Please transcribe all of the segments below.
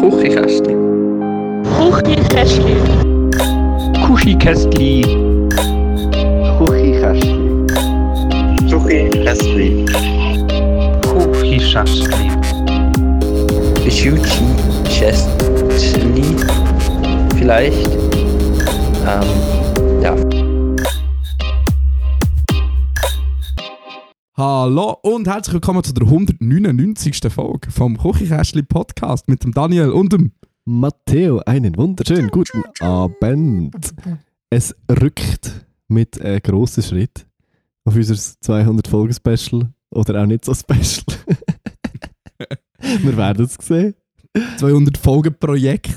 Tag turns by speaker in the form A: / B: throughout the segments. A: Hochgekästli.
B: Hochgekästli.
A: Kuchikästli.
C: Kuchikästli.
D: Kuchikästli.
A: Kuchikästli.
D: Kuchikästli. Vielleicht. Ähm, ja.
E: Hallo und herzlich willkommen zu der 199. Folge vom Kuchikästli Podcast mit dem Daniel und dem
C: Matteo, einen wunderschönen guten Abend. Es rückt mit äh, grossen Schritt auf unser 200-Folgen-Special oder auch nicht so Special. wir werden es sehen.
E: 200 Folgen Projekt.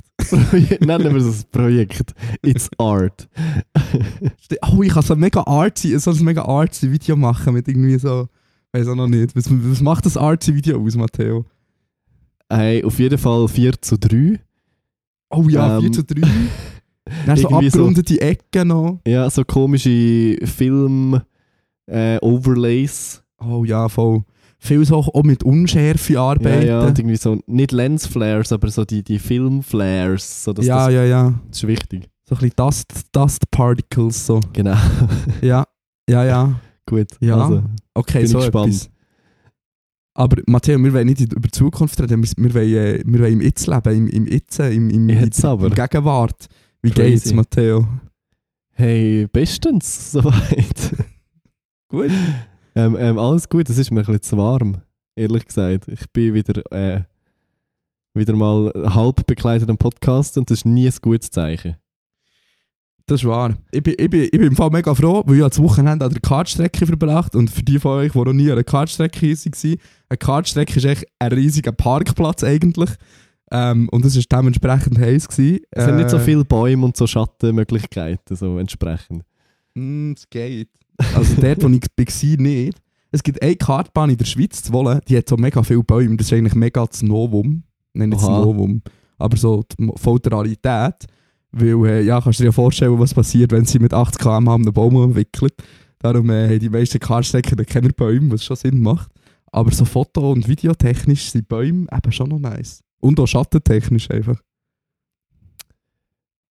C: Nennen wir es als Projekt. It's Art.
E: Oh, ich kann so ein mega artsy, so ein mega artsy Video machen mit irgendwie so, weiß auch noch nicht. Was, was macht das artsy Video aus, Matteo?
C: Hey, auf jeden Fall 4 zu 3.
E: Oh ja, 4
C: Ähm,
E: zu 3. Dann so
C: irgendwie so-
E: abgerundete Ecken noch.
C: Ja, so komische äh, Film-Overlays.
E: Oh ja, voll. Viel so auch mit Unschärfe
C: Ja,
E: arbeiten.
C: ja, und irgendwie so, nicht Lensflares, aber so die, die Filmflares. So dass
E: ja,
C: das,
E: ja, ja.
C: das ist wichtig.
E: So ein bisschen Dust, Dust Particles so.
C: Genau.
E: Ja, ja, ja.
C: Gut.
E: Ja.
C: Also,
E: Okay,
C: Bin ich
E: so
C: gespannt.
E: etwas. Aber Matteo, wir wollen nicht über die Zukunft reden, wir, wir, wollen, äh, wir wollen im Jetzt leben, im, im Jetzt, äh, im, im, in
C: jetzt
E: der-
C: aber.
E: in der Gegenwart. Wie
C: Crazy.
E: geht's, Matteo?
C: Hey, bestens soweit.
E: Gut.
C: ähm, ähm, alles gut, es ist mir ein bisschen zu warm, ehrlich gesagt. Ich bin wieder, äh, wieder mal halb bekleidet am Podcast und das ist nie ein gutes Zeichen.
E: Das ist wahr. Ich bin, ich, bin, ich bin im Fall mega froh, weil ich das Wochenende an der Kartstrecke verbracht und für die von euch, die noch nie an der Kartstrecke waren, eine Kartstrecke ist echt ein riesiger Parkplatz eigentlich. Ähm, und es war dementsprechend heiß. Äh, Gewesen.
C: Es sind nicht so viele Bäume und so Schattenmöglichkeiten, so entsprechend.
E: Mm, es geht. Also dort, wo ich war, nicht. Es gibt eine Kartbahn in der Schweiz, zu wollen, die hat so mega viele Bäume. Das ist eigentlich mega das Novum. Nein, nicht das
C: Aha.
E: Novum, aber so die Mo- voll die Realität. Weil, äh, ja, kannst du dir ja vorstellen, was passiert, wenn sie mit 80 km/h einen Baum umwickelt. Darum äh, haben die meisten Kartstrecken dann keine Bäume, was schon Sinn macht. Aber so foto- und videotechnisch sind Bäume eben schon noch nice. Und auch schattentechnisch einfach.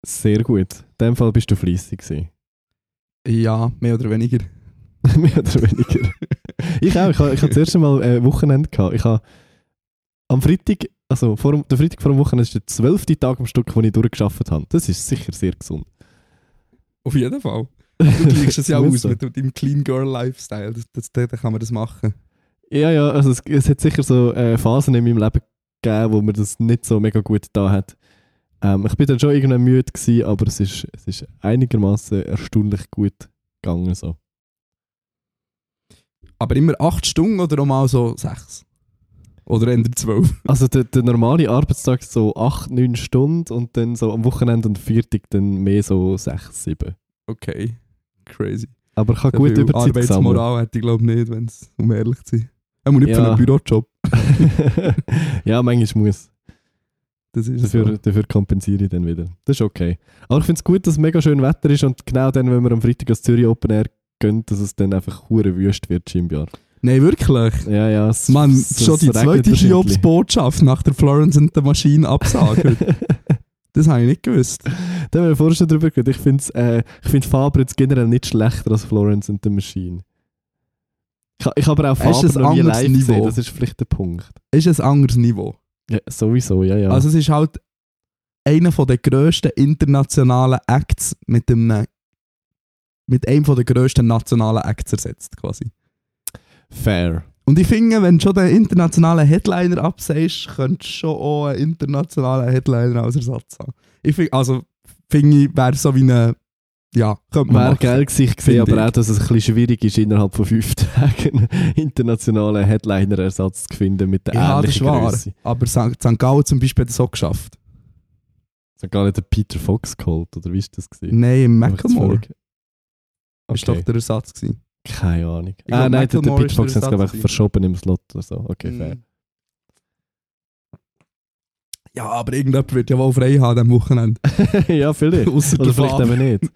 C: Sehr gut. In dem Fall bist du fleissig gewesen.
E: Ja, mehr oder weniger.
C: Mehr oder weniger. ich auch. Ich habe ich ha das erste Mal äh, Wochenende gehabt. Ich habe am Freitag, also vor, dem- der Freitag vor dem Wochenende ist der zwölfte Tag am Stück, den ich durchgeschafft habe. Das ist sicher sehr gesund.
E: Auf jeden Fall. Du gleichst es ja
C: Muss
E: aus
C: so.
E: mit deinem Clean Girl Lifestyle. Das, das, da kann man das machen.
C: Ja, ja, also es, es hat sicher so äh, Phasen in meinem Leben gegeben, wo mir das nicht so mega gut da hat. Ähm, ich bin dann schon irgendwann müde gewesen, aber es ist, es ist einigermaßen erstaunlich gut gegangen. So.
E: Aber immer 8 Stunden oder auch mal so 6? Oder eher 12?
C: Also der, der normale Arbeitstag ist so 8, 9 Stunden und dann so am Wochenende und Viertag dann mehr so 6, 7.
E: Okay. Crazy.
C: Aber ich habe
E: So
C: gut
E: viel
C: über Zeit sammeln.
E: Arbeitsmoral hätte ich glaube nicht, wenn's, um ehrlich zu sein. Er muss nicht für
C: Ja.
E: einen Bürojob.
C: ja, manchmal muss.
E: Das ist
C: Dafür,
E: so.
C: dafür kompensiere ich dann wieder. Das ist okay. Aber ich finde es gut, dass es mega schön Wetter ist und genau dann, wenn wir am Freitag als Zürich Open Air gehen, dass es dann einfach hure wüst wird Schimjahr.
E: Nein, wirklich.
C: Ja, ja. Es,
E: Mann,
C: es-
E: schon
C: es
E: die
C: regnet
E: zweite
C: wahrscheinlich.
E: Hiobs-Botschaft nach der Florence and the Machine Absage. das habe ich nicht gewusst.
C: Da haben wir vorher schon drüber geredet. Ich finde äh, ich find Faber jetzt generell nicht schlechter als Florence and the Machine. Ich, ha- ich habe aber auch
E: Es ist ein
C: Faber noch nie
E: anderes
C: live gesehen.
E: Niveau.
C: Das ist vielleicht der Punkt.
E: Ist ein anderes Niveau.
C: Ja, sowieso, ja, ja.
E: Also es ist halt einer von der grössten internationalen Acts mit einem mit einem von der grössten nationalen Acts ersetzt quasi.
C: Fair.
E: Und ich finde, wenn du schon den internationalen Headliner absagst, könntest du schon auch einen internationalen Headliner als Ersatz haben. Ich finde, also finde ich, wäre so wie eine, ja, könnte man
C: Wäre
E: machen.
C: geil gewesen, ich sehe
E: Finde
C: aber
E: ich.
C: auch, dass es ein bisschen schwierig ist, innerhalb von fünf Tagen einen internationalen Headliner-Ersatz zu finden mit der
E: Ja, das ist
C: ähnlichen
E: wahr.
C: Größe.
E: Aber St. St. Gallen zum Beispiel hat das auch geschafft.
C: Sie haben gar nicht den Peter Fox geholt, oder wie ist das gewesen?
E: Nein, im
C: Habe ich das
E: Macklemore
C: völlig-
E: ist doch
C: Okay.
E: der Ersatz gewesen.
C: Keine Ahnung.
E: Ich glaub,
C: ah, nein, den, den
E: Macklemore
C: Peter
E: ist
C: Fox
E: der
C: haben sie, glaube ich,
E: Ersatz
C: verschoben im Slot oder so. Okay, fair.
E: Mhm. Ja, aber irgendjemand wird ja wohl frei haben am Wochenende. Mm.
C: ja, vielleicht.
E: Ausser
C: Oder
E: der
C: vielleicht
E: Faber.
C: eben nicht.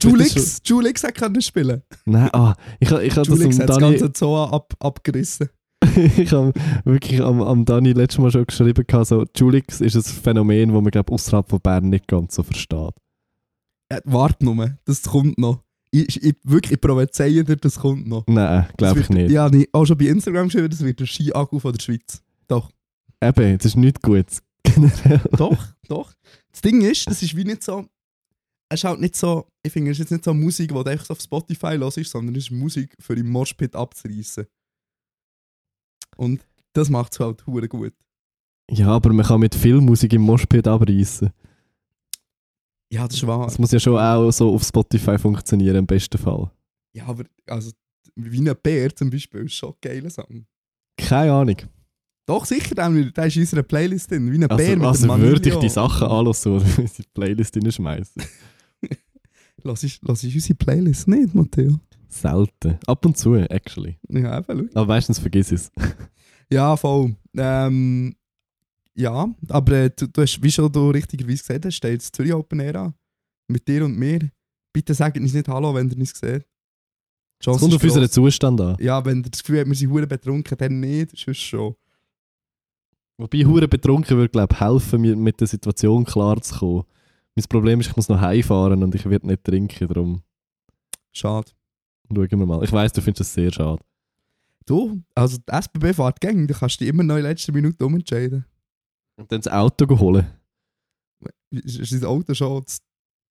E: Julix, Julix hat können spielen.
C: Nein, ah, ich, ha- ich habe das
E: Julix
C: um
E: hat das
C: Dani...
E: ganze Zoo ab, abgerissen.
C: ich habe wirklich am, am Dani letztes Mal schon geschrieben, gehabt, so, Julix ist ein Phänomen, das man, glaube ich, außerhalb von Bern nicht ganz so versteht.
E: Ja, warte nur, das kommt noch. Ich, ich, wirklich, ich prophezeie dir, das kommt noch.
C: Nein,
E: Das
C: glaube ich
E: wird-
C: nicht.
E: Ja, nee, auch schon bei Instagram geschrieben, das wird der Ski-Akku von der Schweiz. Doch,
C: Eben, das ist nichts Gutes. Generell.
E: doch, doch. Das Ding ist, das ist wie nicht so. Es ist halt nicht so. Ich finde, es ist jetzt nicht so Musik, die du einfach so auf Spotify hörst, sondern es ist Musik für im Moshpit abzureißen. Und das macht es halt hure gut.
C: Ja, aber man kann mit viel Musik im Moshpit abreißen.
E: Ja, das ist wahr.
C: Das muss ja schon auch so auf Spotify funktionieren, im besten Fall.
E: Ja, aber also, wie ein Bär zum Beispiel ist schon ein geiler Song.
C: Keine Ahnung.
E: Doch, sicher, der der ist in unserer Playlist drin. Wie ein
C: Also,
E: Bär mit
C: also
E: dem
C: würde ich die
E: Manilio.
C: Sachen anlassen, oder in die Playlist reinschmeißen.
E: Lass ich, lass ich unsere Playlist nicht, Matteo.
C: Selten. Ab und zu, actually.
E: Ja, eben, schau.
C: Aber meistens vergiss ich es.
E: Ja, voll. Ähm, ja, aber äh, du, du hast, wie schon du richtigerweise gesagt hast, steht jetzt Zürich Open Air an. Mit dir und mir. Bitte sagt uns nicht Hallo, wenn ihr uns seht. Die
C: Es
E: Chance
C: kommt
E: ist
C: auf unseren
E: gross.
C: Zustand an.
E: Ja, wenn ihr das Gefühl habt, wir sind hure betrunken, dann nicht, sonst schon.
C: Wobei Hure betrunken würde, glaube ich, helfen, mir mit der Situation klarzukommen. Mein Problem ist, ich muss noch heimfahren und ich werde nicht trinken, darum
E: Schade.
C: schauen wir mal. Ich weiss, du findest das sehr schade.
E: Du, also die SBB fährt gängig, da kannst du dich immer noch in letzter Minute umentscheiden.
C: Und dann das Auto holen.
E: Ist, ist dein Auto schon zu-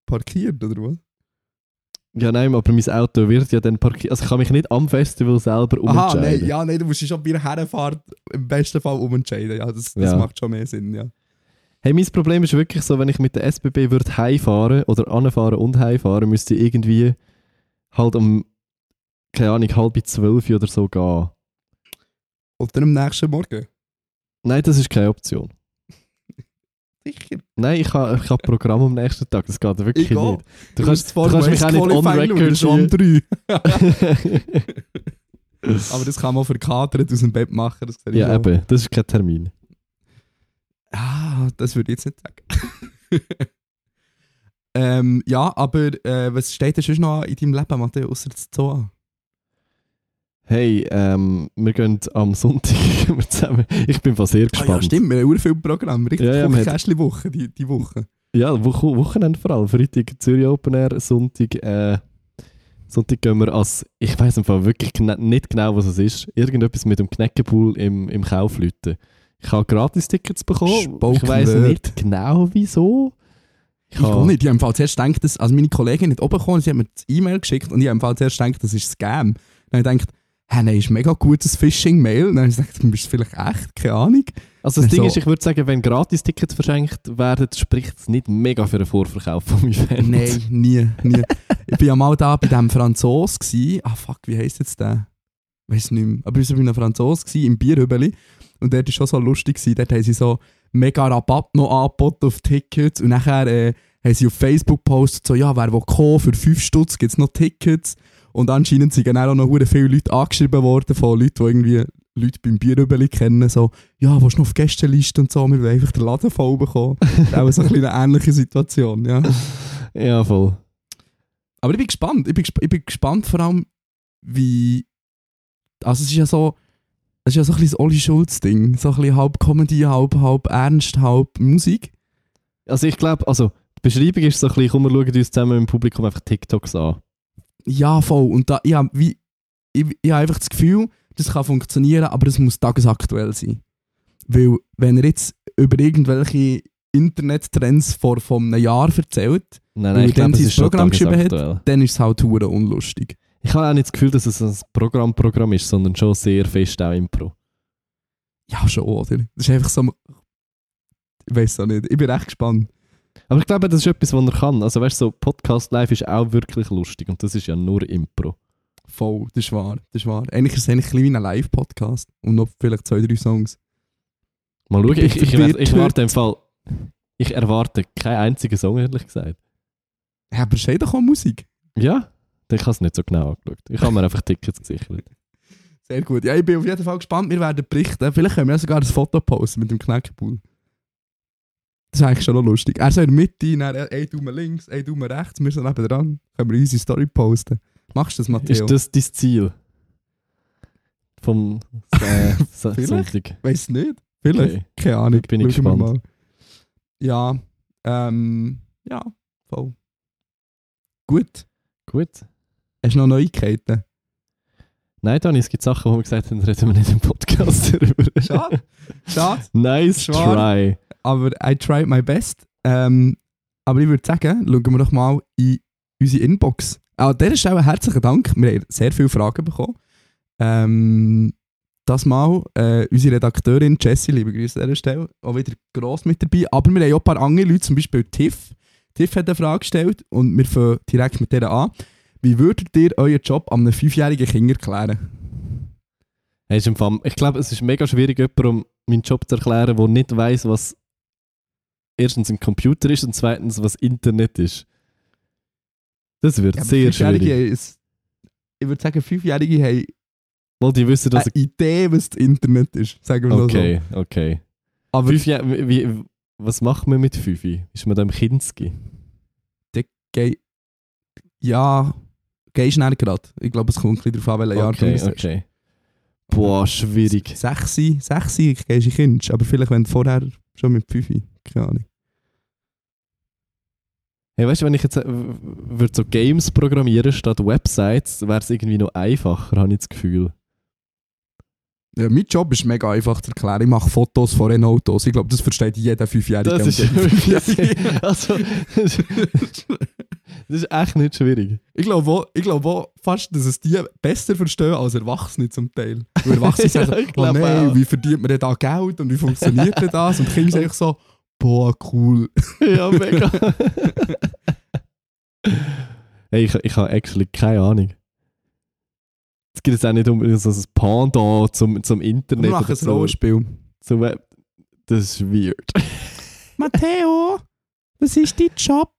E: parkiert, oder was?
C: Ja, nein, aber mein Auto wird ja dann parkiert. Also ich kann mich nicht am Festival selber
E: Aha,
C: umentscheiden.
E: nein, ja, nein, du musst dich schon bei der Herrenfahrt im besten Fall umentscheiden. Ja, das, das
C: Ja.
E: macht schon mehr Sinn, ja.
C: Hey, mein Problem ist wirklich so, wenn ich mit der SBB würde heimfahren oder anfahren und heimfahren, müsste ich irgendwie halt um, keine Ahnung, halb zwölf oder so gehen.
E: Oder am nächsten Morgen.
C: Nein, das ist keine Option.
E: Sicher.
C: Nein, ich habe ich hab Programm am nächsten Tag, das geht wirklich
E: Ich gehe.
C: nicht. Du kannst, du kannst mich auch nicht on record
E: schon.
C: drei.
E: Ah, Aber das kann man verkatert aus dem Bett machen. Das sehe ich
C: ja,
E: schon.
C: eben, das ist kein Termin.
E: Ah, das würde ich jetzt nicht sagen. ähm, ja, aber äh, was steht denn sonst noch in deinem Leben, Matteo, außer das Zoo Ah, an?
C: Hey, ähm, wir gehen am Sonntag immer zusammen. Ich bin fast sehr
E: Ah,
C: gespannt.
E: ja, stimmt, wir haben sehr viel Programm. Richtig
C: Ja,
E: ja,
C: ja, wir haben-
E: woche die, die Woche.
C: Ja, Wo Wochenende vor allem. Freitag Zürich Open Air, Sonntag, äh, Sonntag gehen wir als, ich weiß im Fall wirklich gena- nicht genau, was es ist, irgendetwas mit dem Kneckenpool im, im Kauf läuten. Ich habe Gratis-Tickets bekommen.
E: Spoken
C: ich weiß
E: word.
C: nicht genau, wieso.
E: Ich auch nicht. Ich habe im Fall zuerst gedacht, dass, also meine Kollegin nicht oben kam, sie hat mir das E-Mail geschickt und ich habe im Fall zuerst gedacht, das ist Scam. Dann habe ich gedacht, hä, nein, ist mega gutes Phishing-Mail. Dann habe ich gedacht, ist vielleicht echt, keine Ahnung.
C: Also das
E: So-
C: Ding ist, ich würde sagen, wenn Gratis-Tickets verschenkt werden, spricht es nicht mega für den Vorverkauf von meinem Event.
E: Nein, nie, nie. ich war ja mal da bei diesem Franzos. gsi. Ah, fuck, wie heisst jetzt der? Weiß nicht mehr. Aber ich war bei einem Franzos gsi, im Bierhübeli. Und dort war schon so lustig. gsi. Dort haben sie so mega Rabatt noch angeboten auf Tickets. Und nachher äh, haben sie auf Facebook gepostet, so, ja, wer will kommen, für 5 Stutz gibt es noch Tickets. Und anscheinend sind dann auch noch hure viele Leute angeschrieben worden von Leuten, die irgendwie Leute beim Bierhübeli kennen. So, ja, willst du noch auf die Gästeliste und so, wir wollen einfach den Laden voll bekommen. Das ist auch so ein bisschen eine ähnliche Situation, ja.
C: Ja, voll.
E: Aber ich bin gespannt. Ich bin, gesp ich bin gespannt vor allem, wie. Also es ist ja so. Es ist ja so ein bisschen das Olli Schulz-Ding. So ein bisschen halb Comedy, halb, halb Ernst, halb Musik.
C: Also ich glaube, also die Beschreibung ist so ein bisschen, komm, wir schauen uns zusammen im Publikum einfach TikToks an.
E: Ja, voll. Und da, ich habe wie. Ich, ich habe einfach das Gefühl, das kann funktionieren, aber es muss tagesaktuell sein. Weil, wenn er jetzt über irgendwelche Internettrends vor, von einem Jahr erzählt, Weil
C: Nein, nein, ich
E: dann
C: glaube, es
E: sein
C: ist schon
E: Programm geschrieben hat.
C: tagesaktuell.
E: dann ist es halt hure unlustig.
C: Ich habe auch nicht das Gefühl, dass es ein Programmprogramm ist, sondern schon sehr fest auch Impro.
E: Ja, schon, oder? Das ist einfach so. Ich weiß auch nicht. Ich bin echt gespannt.
C: Aber ich glaube, das ist etwas, was er kann. Also weißt du, so Podcast Live ist auch wirklich lustig und das ist ja nur Impro.
E: Voll, das ist wahr, das ist wahr. Eigentlich ist es eigentlich ein kleiner Live-Podcast und noch vielleicht zwei, drei Songs.
C: Mal schauen,
E: bin
C: ich, ich,
E: verwirrt
C: ich, warte im Fall. Ich erwarte keinen einzigen Song, ehrlich gesagt.
E: Ja, aber es ist doch auch Musik.
C: Ja? Ich habe es nicht so genau angeschaut. Ich habe mir einfach Tickets gesichert.
E: Sehr gut. Ja, ich bin auf jeden Fall gespannt, wir werden berichten. Vielleicht können wir ja sogar ein Foto posten mit dem Knäckebull. Das ist eigentlich schon noch lustig. Er ist so in der Mitte, dann ein Daumen links, ein Daumen rechts, wir sind neben dran. Können wir unsere Story posten. Machst du das, Matteo?
C: Ist das dein Ziel? vom äh, Sa-
E: Vielleicht.
C: Sonntag.
E: Weiß nicht. Vielleicht.
C: Okay.
E: Keine Ahnung.
C: Bin ich
E: Schauen wir mal.
C: gespannt.
E: Ja. Ähm, ja, voll. Gut.
C: Gut.
E: Hast du noch Neuigkeiten?
C: Nein, Dani, es gibt Sachen, wo wir gesagt haben, reden wir nicht im Podcast darüber.
E: Schade. Schade.
C: Nice
E: Schwan.
C: try.
E: Aber I tried my best. Ähm, aber ich würde sagen, schauen wir doch mal in unsere Inbox. Ah, An dieser Stelle herzlichen Dank. Wir haben sehr viele Fragen bekommen. Ähm, das mal äh, unsere Redakteurin Jessie, liebe Grüße an dieser Stelle, auch wieder gross mit dabei. Aber wir haben auch ein paar andere Leute, zum Beispiel Tiff. Tiff hat eine Frage gestellt und wir fangen direkt mit der an. Wie würdet ihr euren Job an einem fünfjährigen Kind erklären?
C: Hey, ist im Fall, ich glaube, es ist mega schwierig, jemandem meinen Job zu erklären, der nicht weiß, was erstens ein Computer ist und zweitens, was Internet ist. Das wird sehr schwierig.
E: Ist, ich würde sagen, Fünfjährige haben
C: Weil die wissen, dass...
E: eine Idee, was das Internet ist, sagen wir mal
C: Äh, okay, okay.
E: so. Aber
C: Fünf Jahre, Also. wie, wie- was macht man mit fünf? Ist man dem Kinski?
E: geh, ja, geh schnell gerade. Ich glaube, es kommt ein bisschen darauf an, welches Jahr du
C: okay,
E: bist.
C: okay. Boah, schwierig.
E: Sechsi, sechsi gehst du in Kind, aber vielleicht wenn du vorher schon mit Pfeife, keine Ahnung.
C: Hey, weißt du, wenn ich jetzt äh, w- würde so Games programmieren statt Websites, wäre es irgendwie noch einfacher, habe ich das Gefühl.
E: Ja, mein Job ist mega einfach zu erklären. Ich mache Fotos von Rennautos. Ich glaube, das versteht jeder Fünfjährige.
C: Das
E: und
C: ist,
E: jede Fünfjährige.
C: also, das ist echt nicht schwierig.
E: ich glaube auch- ich glaube auch fast, dass es die besser verstehen als Erwachsene zum Teil. Weil Erwachsene sagen,
C: Ja, ich
E: Oh
C: glaube
E: nein,
C: auch.
E: wie verdient man denn da Geld und wie funktioniert denn das? Und die Kinder sind einfach so, boah, cool.
C: Ja, mega. hey, ich, ich habe actually keine Ahnung. Es gibt jetzt auch nicht unbedingt so ein Panda zum, zum Internet.
E: Wir machen
C: oder
E: ein
C: so.
E: Rollenspiel.
C: Zum Web. Das ist weird.
E: Matteo, das ist dein Job.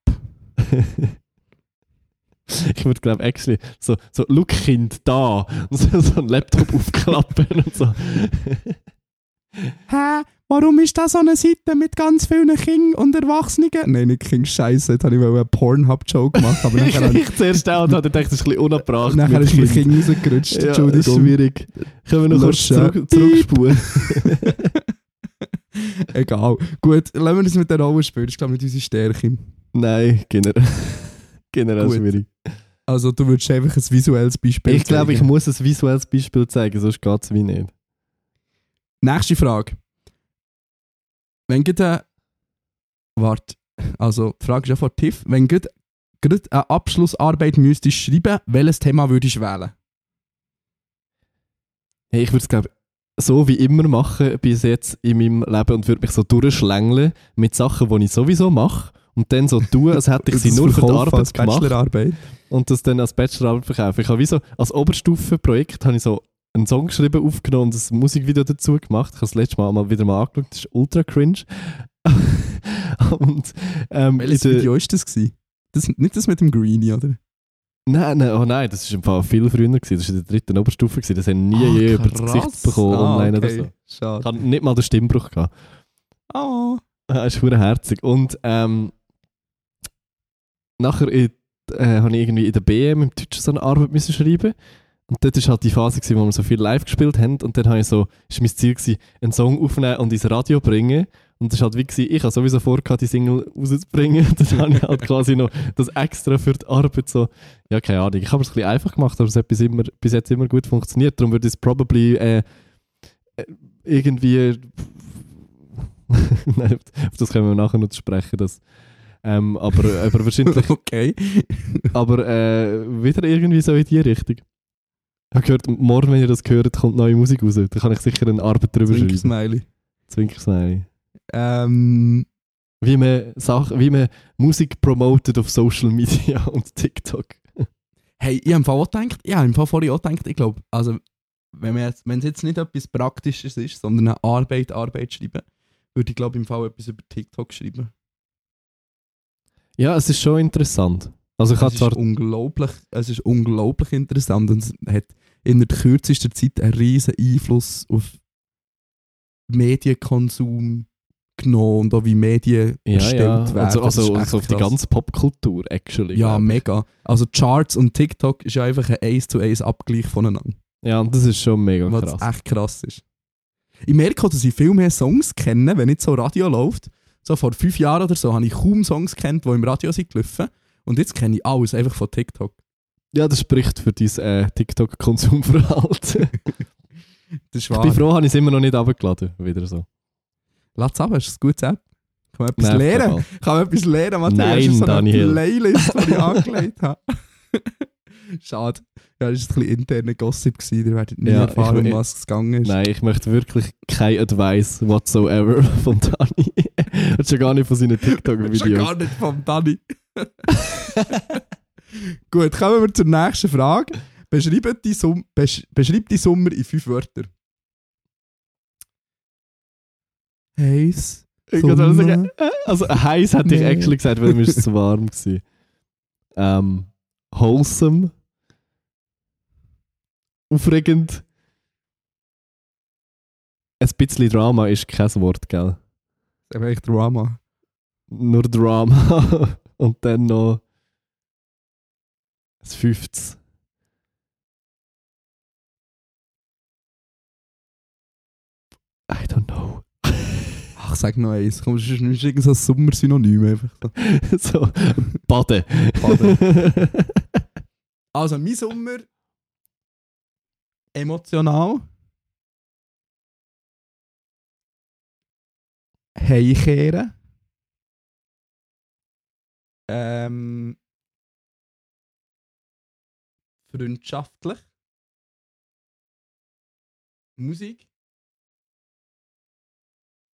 C: ich würde glaube actually so, so «Look, Kind, da!» und so, so einen Laptop aufklappen und so.
E: Hä, warum ist das so eine Seite mit ganz vielen Kindern und Erwachsenen? Nein, nicht Kinder, scheiße. Jetzt habe ich wohl einen Pornhub-Joke gemacht, aber
C: ich,
E: nachher, habe ich-
C: ich zuerst auch und habe gedacht, das ist ein bisschen unabbracht.
E: nachher
C: mit
E: ist mein
C: Kind.
E: Kind rausgerutscht.
C: Ja, das ist
E: Entschuldigung.
C: schwierig. Können wir noch kurz
E: Lusche.
C: zurück, zurückspulen?
E: Egal. Gut, lassen wir uns mit der Rolle spielen. Das ist, glaube ich, nicht unsere Stärke.
C: Nein, generell. Generell
E: Gut.
C: schwierig.
E: Also, du würdest einfach ein visuelles Beispiel
C: Ich glaube, ich
E: zeigen.
C: muss ein visuelles Beispiel zeigen, sonst geht es wie nicht.
E: Nächste Frage. Wenn gerade... Warte. Also, die Frage ist ja von Tiff. Wenn gerade gerade eine Abschlussarbeit müsstest schreiben, welches Thema würdest du wählen?
C: Hey, ich würde es, glaube so wie immer machen bis jetzt in meinem Leben und würde mich so durchschlängeln mit Sachen, die ich sowieso mache und dann so tun, als hätte ich sie
E: Das
C: nur für die
E: Verkauf als
C: Arbeit gemacht
E: Bachelorarbeit.
C: und das dann als Bachelorarbeit verkaufen. Ich habe wie so als Oberstufenprojekt habe ich so einen Song geschrieben, aufgenommen und ein Musikvideo dazu gemacht. Ich habe das letzte Mal mal wieder mal angeschaut, das ist ultra cringe. und, ähm,
E: Welches
C: in der-
E: Video ist das gewesen? Das, nicht das mit dem Greenie, oder?
C: Nein, nein, oh nein, das war im Fall viel früher. Gewesen. Das war in der dritten Oberstufe. Gewesen. Das haben nie
E: Ah,
C: je über das
E: krass.
C: Gesicht bekommen
E: Ah, okay.
C: online oder so. Ich
E: Schade.
C: habe nicht mal den Stimmbruch gehabt.
E: Ah.
C: Das ist verdammt herzig. Und ähm, nachher in, äh, habe ich irgendwie in der BM im Deutschen so eine Arbeit müssen schreiben und dort war halt die Phase, gewesen, wo wir so viel live gespielt haben. Und dann habe ich so, ist mein Ziel, gewesen, einen Song aufnehmen und ins Radio bringen. Und das war halt wie, gewesen, ich habe sowieso vor, gehabt, die Single rauszubringen. Und dann habe ich halt quasi noch das extra für die Arbeit so, ja, keine Ahnung. Ich habe es ein bisschen einfach gemacht, aber es hat bis, immer, bis jetzt immer gut funktioniert. Darum würde ich es probably äh, äh, irgendwie. Nein, auf das können wir nachher noch zu sprechen. Das, ähm, aber, aber wahrscheinlich
E: Okay.
C: aber äh, wieder irgendwie so in die Richtung. Ich habe gehört, morgen, wenn ihr das hört, kommt neue Musik raus. Da kann ich sicher eine Arbeit drüber schreiben.
E: Zwinkersmiley.
C: Zwinkersmiley.
E: Ähm,
C: Wie man, Sachen, wie man Musik promotet auf Social Media und TikTok.
E: hey, ich habe im Fall auch gedacht, ich habe im Fall vorhin auch gedacht, ich glaube, also, wenn es jetzt, wenn es jetzt nicht etwas Praktisches ist, sondern eine Arbeit, Arbeit schreiben, würde ich, glaube im Fall etwas über TikTok schreiben.
C: Ja, es ist schon interessant. Also ich
E: Es
C: habe
E: ist,
C: zwar...
E: unglaublich, es ist unglaublich interessant und es hat in der kürzester Zeit einen riesen Einfluss auf Medienkonsum genommen und auch wie Medien
C: Ja,
E: erstellt
C: ja.
E: werden.
C: Also,
E: Das ist
C: also,
E: echt
C: also auf die
E: krass.
C: ganze Popkultur, actually.
E: Ja,
C: glaub ich.
E: mega. Also Charts und TikTok ist ja einfach ein 1 zu 1 Abgleich voneinander.
C: Ja, und das ist schon mega
E: was
C: krass.
E: echt krass ist. Ich merke auch, dass ich viel mehr Songs kenne, wenn nicht so Radio läuft. So vor fünf Jahren oder so habe ich kaum Songs kennt, die im Radio sind gelaufen. Und jetzt kenne ich alles einfach von TikTok.
C: Ja, das spricht für dein äh, TikTok-Konsumverhalten.
E: Das ist
C: ich
E: wahr.
C: bin froh, habe ich es immer noch nicht abgeladen. Wieder so.
E: Lass ab, hast du ein gutes App? Kann man etwas
C: Nervt
E: lernen?
C: total.
E: Kann man etwas lernen, Matthias?
C: Nein,
E: das ist so eine
C: Daniel.
E: Playlist, die ich angelegt habe. Schade. Ja, das war ein bisschen interner Gossip. Gewesen. Ihr werdet nie
C: Ja,
E: erfahren,
C: ich-
E: um was es gegangen ist.
C: Nein, ich möchte wirklich kein Advice whatsoever von Dani. Und schon gar nicht von seinen
E: Schon
C: TikTok-Videos.
E: gar nicht vom Dani. Gut, kommen wir zur nächsten Frage. Beschreib die, Sum besch beschreib die Sommer in fünf Wörtern. Heiß.
C: Ich kann auch sagen,
E: Sonne.
C: äh, also heiß hätte ich
E: Nee.
C: actually gesagt, weil mir ist zu warm war. Ähm, wholesome. Aufregend. Ein bisschen Drama ist kein Wort, gell?
E: Das ist echt Drama.
C: Nur Drama. Und dann noch das Fünftes. I don't know.
E: Ach, sag noch eins. Komm, sonst nimmst du irgend so ein Sommersynonym einfach. So.
C: so, baden.
E: Also, mein Sommer. Emotional. Heimkehren. Ähm. Freundschaftlich. Musik.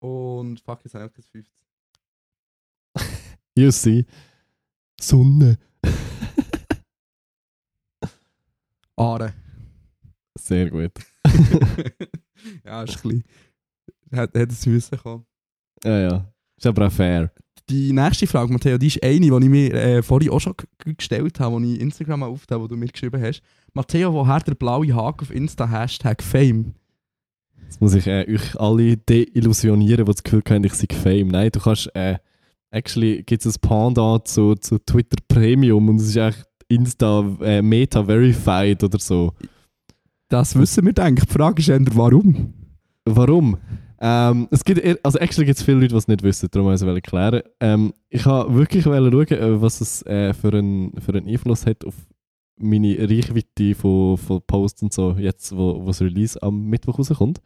E: Und fuck, jetzt habe ich kein Fünftes.
C: you see. Sonne.
E: Aare.
C: Sehr gut.
E: ja, ist ein bisschen. Hätte hätte es müssen kommen.
C: Ja, ja. Ist aber auch fair.
E: Die nächste Frage, Matteo, die ist eine, die ich mir äh, vorhin auch schon g- gestellt habe, die ich Instagram aufgetan habe, wo du mir geschrieben hast. Matteo, woher der blaue Haken auf Insta Hashtag Fame?
C: Jetzt muss ich äh, euch alle deillusionieren, die das Gefühl haben, ich sei Fame. Nein, du kannst. Äh, actually gibt es ein Panda zu, zu Twitter Premium und es ist echt Insta äh, Meta Verified oder so.
E: Das wissen wir, denke ich. Die Frage ist eher, warum?
C: Warum? Ähm, es gibt, eher- also actually gibt es viele Leute, die es nicht wissen, darum wollte ich es erklären. Ähm, ich wollte wirklich wollen schauen, äh, was es äh, für, einen, für einen Einfluss hat auf meine Reichweite von, von Posts und so, jetzt wo, wo das Release am Mittwoch rauskommt.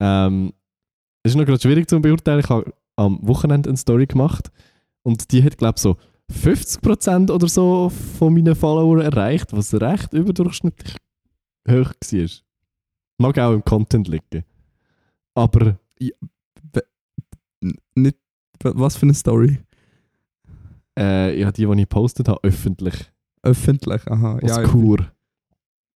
C: Ähm, es ist noch gerade schwierig zu beurteilen. Ich habe am Wochenende eine Story gemacht und die hat, glaube ich, so 50% oder so von meinen Followern erreicht, was recht überdurchschnittlich hoch war. Mag auch im Content liegen. Aber
E: N- Nicht, was für eine Story?
C: äh, ja, die, die ich gepostet habe, öffentlich.
E: Öffentlich, aha.
C: Als
E: ja,
C: ja, Kur.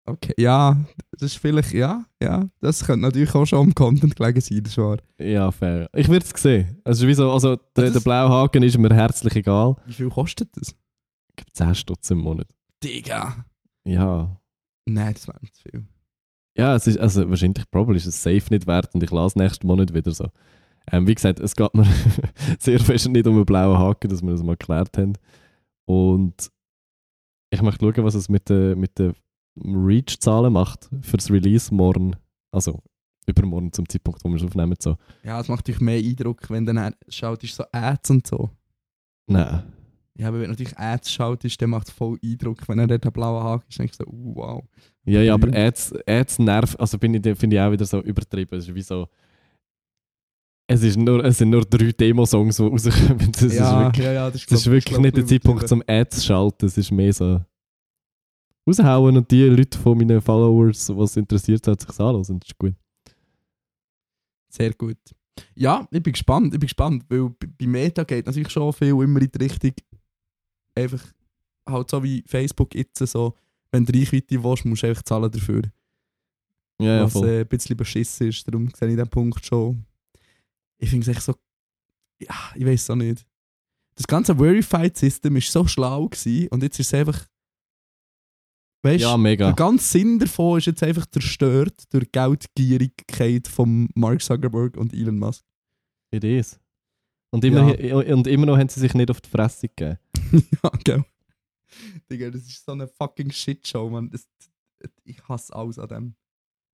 E: okay. ja, das ist vielleicht, ja, ja. Das könnte natürlich auch schon am Content gelegen sein, das war.
C: Ja, fair. Ich werde es sehen. Also, wieso, also der,
E: das-
C: der blaue Haken ist mir herzlich egal.
E: Wie viel kostet das?
C: Ich gebe 10 Stutz im Monat.
E: Digga!
C: Ja.
E: Nein, das wäre mir zu viel.
C: Ja, es ist, also wahrscheinlich, probably ist es safe nicht wert und ich lasse nächsten Monat wieder so. Ähm, wie gesagt, es geht mir sehr fest nicht um einen blauen Haken, dass wir das mal geklärt haben. Und ich möchte schauen, was es mit den mit der Reach-Zahlen macht für das Release morgen. Also übermorgen zum Zeitpunkt, wo wir es aufnehmen. So.
E: Ja, es macht natürlich mehr Eindruck, wenn dann schaltest so Ads und so.
C: Nein.
E: Ja, aber wenn natürlich Ads schaltest, dann macht es voll Eindruck. Wenn er dort einen blauen Haken ist, denkst du so, uh, wow.
C: Ja, ja, aber
E: Mhm.
C: Ads, Ads nervt, also bin ich, finde ich auch wieder so übertrieben. Es ist wie so, es, ist nur, es sind nur drei Demo-Songs, die rauskommen. Das ist
E: ja,
C: wirklich,
E: ja, ja, das ist,
C: das ist
E: glaub-
C: wirklich
E: glaub,
C: nicht der
E: übertrieben.
C: Zeitpunkt zum Ads schalten, es ist mehr so raushauen und die Leute von meinen Followers, die es interessiert hat, sich das anhören. Das ist gut.
E: Sehr gut. Ja, ich bin gespannt, ich bin gespannt, weil b- bei Meta geht natürlich schon viel immer in die Richtung, einfach halt so wie Facebook eh, jetzt so, wenn du Reichweite willst, musst du einfach zahlen dafür.
C: Ja, ja,
E: was
C: voll.
E: äh, ein bisschen beschissen ist. Darum sehe ich den Punkt schon. Ich finde es echt so. Ja, ich weiß es auch nicht. Das ganze Verified-System war so schlau gewesen, und jetzt ist es einfach. Weißt du,
C: ja,
E: der
C: mega.
E: ganze Sinn davon ist jetzt einfach zerstört durch Geldgierigkeit von Mark Zuckerberg und Elon Musk.
C: It is. Und immer, und immer noch haben sie sich nicht auf die Fresse gegeben.
E: ja, gell. Digga, das ist so eine fucking Shitshow, Mann. Das, ich hasse alles an dem.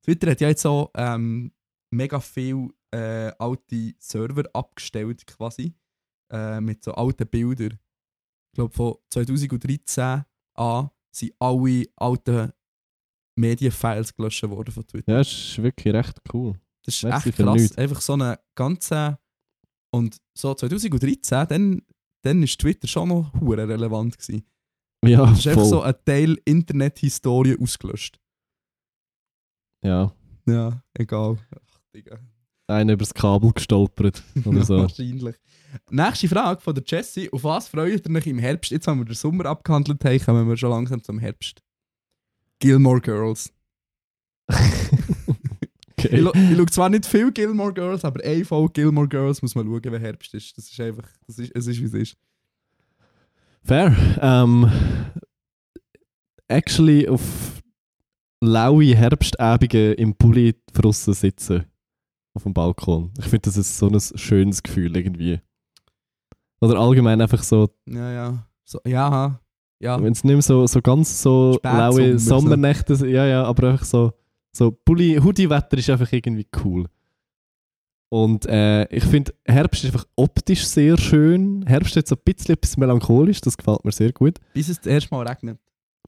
E: Twitter hat ja jetzt so ähm, mega viel äh, alte Server abgestellt, quasi. Äh, mit so alten Bildern. Ich glaube, von 2013 an sind alle alten Medienfiles gelöscht worden von Twitter.
C: Ja, das ist wirklich recht cool.
E: Das ist
C: Merci
E: echt
C: für
E: krass.
C: nichts.
E: Einfach so eine ganze. Und so 2013, dann, dann ist Twitter schon noch hure relevant. Gewesen.
C: Ja,
E: Das ist einfach
C: voll.
E: so ein Teil Internet-Historie ausgelöscht.
C: Ja,
E: Ja, egal. Ach, Digga.
C: einer übers Kabel gestolpert oder
E: Ja,
C: so.
E: Wahrscheinlich. Nächste Frage von der Jessie. Auf was freut ihr euch im Herbst? Jetzt haben wir den Sommer abgehandelt, hey, kommen wir schon langsam zum Herbst. Gilmore Girls. Ich,
C: okay.
E: lo- ich schaue zwar nicht viel Gilmore Girls, aber eine Folge Gilmore Girls muss man schauen, wenn Herbst ist. Das ist einfach, das ist, es ist wie es ist.
C: Fair. Ähm, actually auf laue Herbstabende im Pulli draussen sitzen. Auf dem Balkon. Ich finde, das ist so ein schönes Gefühl irgendwie. Oder allgemein einfach so,
E: Ja, ja. So, ja, ja.
C: wenn es nicht mehr so, so ganz so
E: Spätsommer,
C: laue
E: so.
C: Sommernächte sind, ja, ja, aber einfach so, so Pulli, Hoodie-Wetter ist einfach irgendwie cool. Und äh, ich finde, Herbst ist einfach optisch sehr schön. Herbst hat so ein bisschen etwas melancholisch, das gefällt mir sehr gut.
E: Bis es das erste Mal regnet.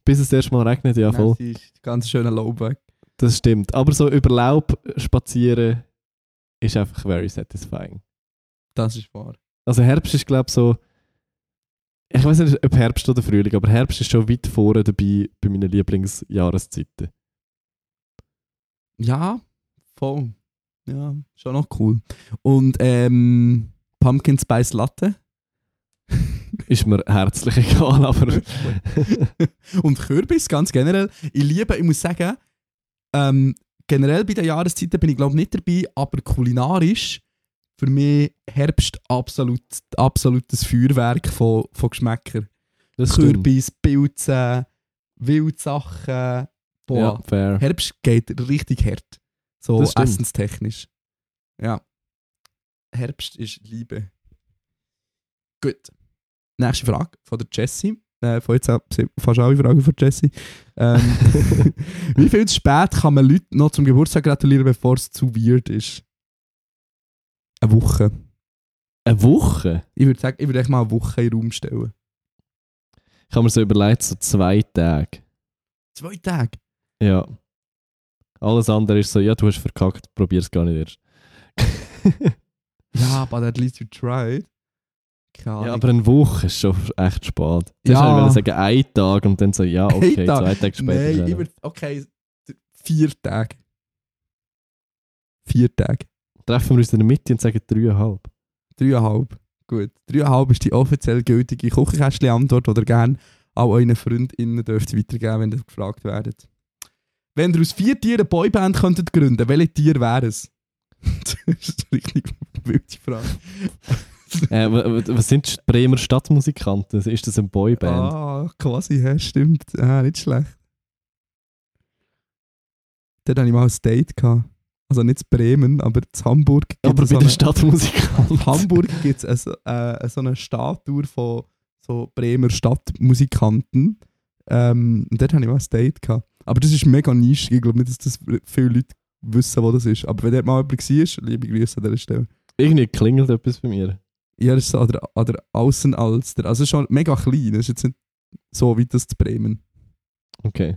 C: Bis es erstmal regnet, ja voll.
E: Das ist ein ganz schöner Lowback.
C: Das stimmt. Aber so über Laub spazieren ist einfach very satisfying.
E: Das ist wahr.
C: Also Herbst ist glaube ich so... Ich weiß nicht, ob Herbst oder Frühling, aber Herbst ist schon weit vorne dabei bei meinen Lieblingsjahreszeiten.
E: Ja, voll. Ja, schon noch cool. Und ähm, Pumpkin Spice Latte.
C: Ist mir herzlich egal, aber...
E: Und Kürbis ganz generell. Ich liebe, ich muss sagen, ähm, generell bei den Jahreszeiten bin ich glaube nicht dabei, aber kulinarisch für mich Herbst absolut, absolutes Feuerwerk von, von Geschmäcker.
C: das stimmt.
E: Kürbis, Pilze, Wildsachen. Boah,
C: Ja, fair.
E: Herbst geht richtig hart. So
C: Hm. Das stimmt.
E: essenstechnisch. Ja. Herbst ist Liebe. Gut. Nächste Frage von der Jessie. Äh, von jetzt ab sind fast alle Fragen von Jessie. Ähm, wie viel zu spät kann man Leuten noch zum Geburtstag gratulieren, bevor es zu weird ist? Eine Woche.
C: Eine Woche?
E: Ich würde sagen, ich würde echt mal eine Woche in den Raum stellen.
C: Ich habe mir so überlegt, so zwei Tage.
E: Zwei Tage?
C: Ja. Alles andere ist so, ja, du hast verkackt, probier's gar nicht erst.
E: Ja, but at least you tried. Keine Ahnung.
C: Ja, aber eine Woche ist schon echt spät. Zuerst
E: Ja.
C: wollte ich sagen, ein Tag und dann so, ja, okay,
E: Ein Tag.
C: zwei Tage später.
E: Nein,
C: dann.
E: ich würde. Okay, d- vier Tage. Vier Tage.
C: Treffen wir uns in der Mitte und sagen dreieinhalb.
E: Dreieinhalb. Gut. Dreieinhalb ist die offiziell gültige Küchenkästchen-Antwort, die ihr gerne an euren FreundInnen dürft weitergeben, wenn ihr gefragt werdet. Wenn ihr aus vier Tieren eine Boyband könntet gründen, welche Tiere wären es? das ist eine richtig wilde Frage.
C: Äh, wa- wa- was sind die Bremer Stadtmusikanten? Ist das eine Boyband?
E: Ah, quasi, ja, stimmt. Ah, nicht schlecht. Dort hatte ich mal ein Date. Gehabt. Also nicht zu Bremen, aber zu Hamburg. gibt
C: Aber
E: es
C: bei
E: so
C: den
E: eine-
C: Stadtmusikanten.
E: in Hamburg gibt es äh, so eine Statue von so Bremer Stadtmusikanten. Ähm, und dort hatte ich mal ein Date. Gehabt. Aber das ist mega nischig. Ich glaube nicht, dass das viele Leute wissen, wo das ist. Aber wenn dort mal jemand war, liebe Grüße an dieser Stelle.
C: Irgendwie klingelt etwas bei mir.
E: Ja, das ist so an der, an der Aussenalster. Also schon mega klein. Das ist jetzt nicht so weit das zu Bremen.
C: Okay.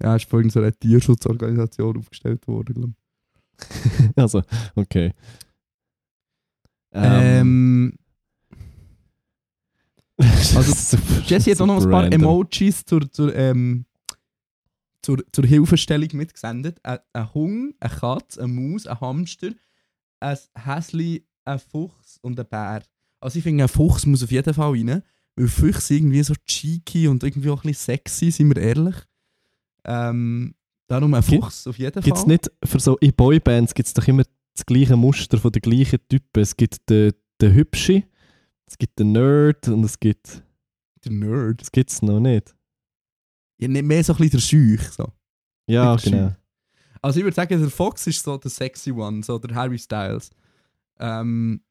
E: Ja, ist von irgendeiner Tierschutzorganisation aufgestellt worden, glaube ich.
C: also, okay.
E: Ähm, also,
C: super,
E: Jesse hat auch noch ein
C: super
E: paar
C: random.
E: Emojis zur, zur, ähm, zur, zur Hilfestellung mitgesendet. Ein, ein Hund, eine Katze, eine Maus, ein Hamster, ein Häsli, ein Fuchs und ein Bär. Also ich finde, ein Fuchs muss auf jeden Fall rein, weil Füchse irgendwie so cheeky und irgendwie auch ein bisschen sexy, sind wir ehrlich. Ähm, darum ein
C: Gibt-
E: Fuchs auf jeden Fall.
C: Gibt es nicht, für so in Boybands gibt es doch immer das gleiche Muster von den gleichen Typen. Es gibt den, den Hübschen, es gibt den Nerd und es gibt.
E: Der Nerd.
C: Das gibt es noch nicht.
E: Ja, nicht mehr so ein bisschen der Scheuch. So.
C: Ja,
E: Hübsche.
C: genau.
E: Also ich würde sagen, der Fox ist so der sexy one, so der Harry Styles. Ähm,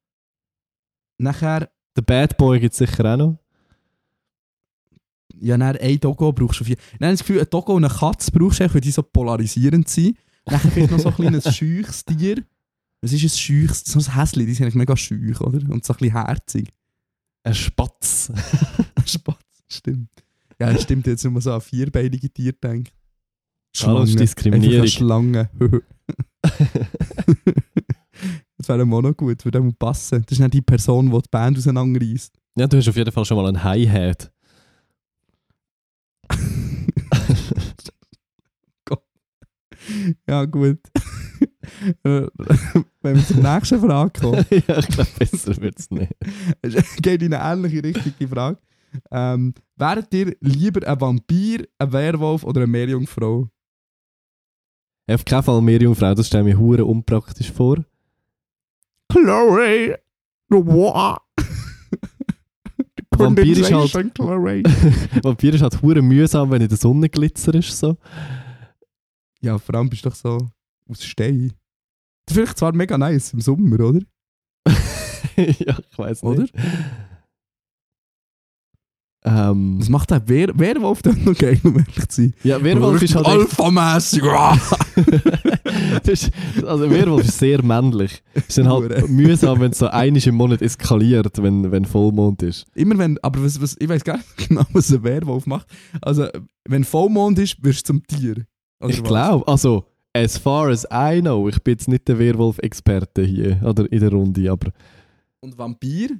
E: nachher,
C: Den Bad Boy gibt es sicher auch noch.
E: Ja, nein, ein Doggo brauchst du vier. Dann habe ich das Gefühl, ein Doggo und eine Katze brauchst du, eigentlich, weil die so polarisierend sind. Dann vielleicht noch so ein kleines scheuches Tier. Was ist ein scheuches? So ein Häschen, die sind eigentlich mega scheuch, oder? Und so ein bisschen herzig.
C: Ein Spatz.
E: Ein Spatz, stimmt. Ja, stimmt, jetzt nur so an vierbeinige Tiere denkt.
C: Alles Diskriminierung.
E: Schlange. das wäre ihm auch noch gut, würde ihm passen. Das ist nicht die Person, die die Band auseinanderreißt.
C: Ja, du hast auf jeden Fall schon mal einen Hi-Hat.
E: Ja, gut. Äh, Wenn wir zur nächsten Frage kommen,
C: ja, ich glaube, besser wird es nicht.
E: geht in eine ähnliche Richtung die Frage. Ähm, wäret ihr lieber ein Vampir, ein Werwolf oder eine Meerjungfrau?
C: Auf keinen Fall mehr Jungfrau, das stelle ich mir hure unpraktisch vor.
E: Chloe!
C: Vampir ist halt,
E: Chloe.
C: Vampir ist halt hure mühsam, wenn in der Sonne glitzer ist. So.
E: Ja, vor allem bist du doch so aus Stein. Vielleicht zwar mega nice im Sommer, oder?
C: ja, ich weiß
E: Oder?
C: nicht. Ähm,
E: Was macht der Wer Werwolf denn noch geil, um ehrlich zu sein?
C: ja, Werwolf ist halt echt
E: Alpha-mässig!
C: Das ist, also Werwolf ist sehr männlich. Ist dann halt
E: Hure.
C: mühsam, wenn es so einiges im Monat eskaliert, wenn, wenn Vollmond ist.
E: Immer wenn, aber was, was, ich weiß gar nicht genau, was ein Werwolf macht. Also, wenn Vollmond ist, wirst du zum Tier. Oder
C: ich
E: was?
C: glaube, also, as far as I know, ich bin jetzt nicht der Werwolf-Experte hier oder in der Runde, aber
E: Und Vampir?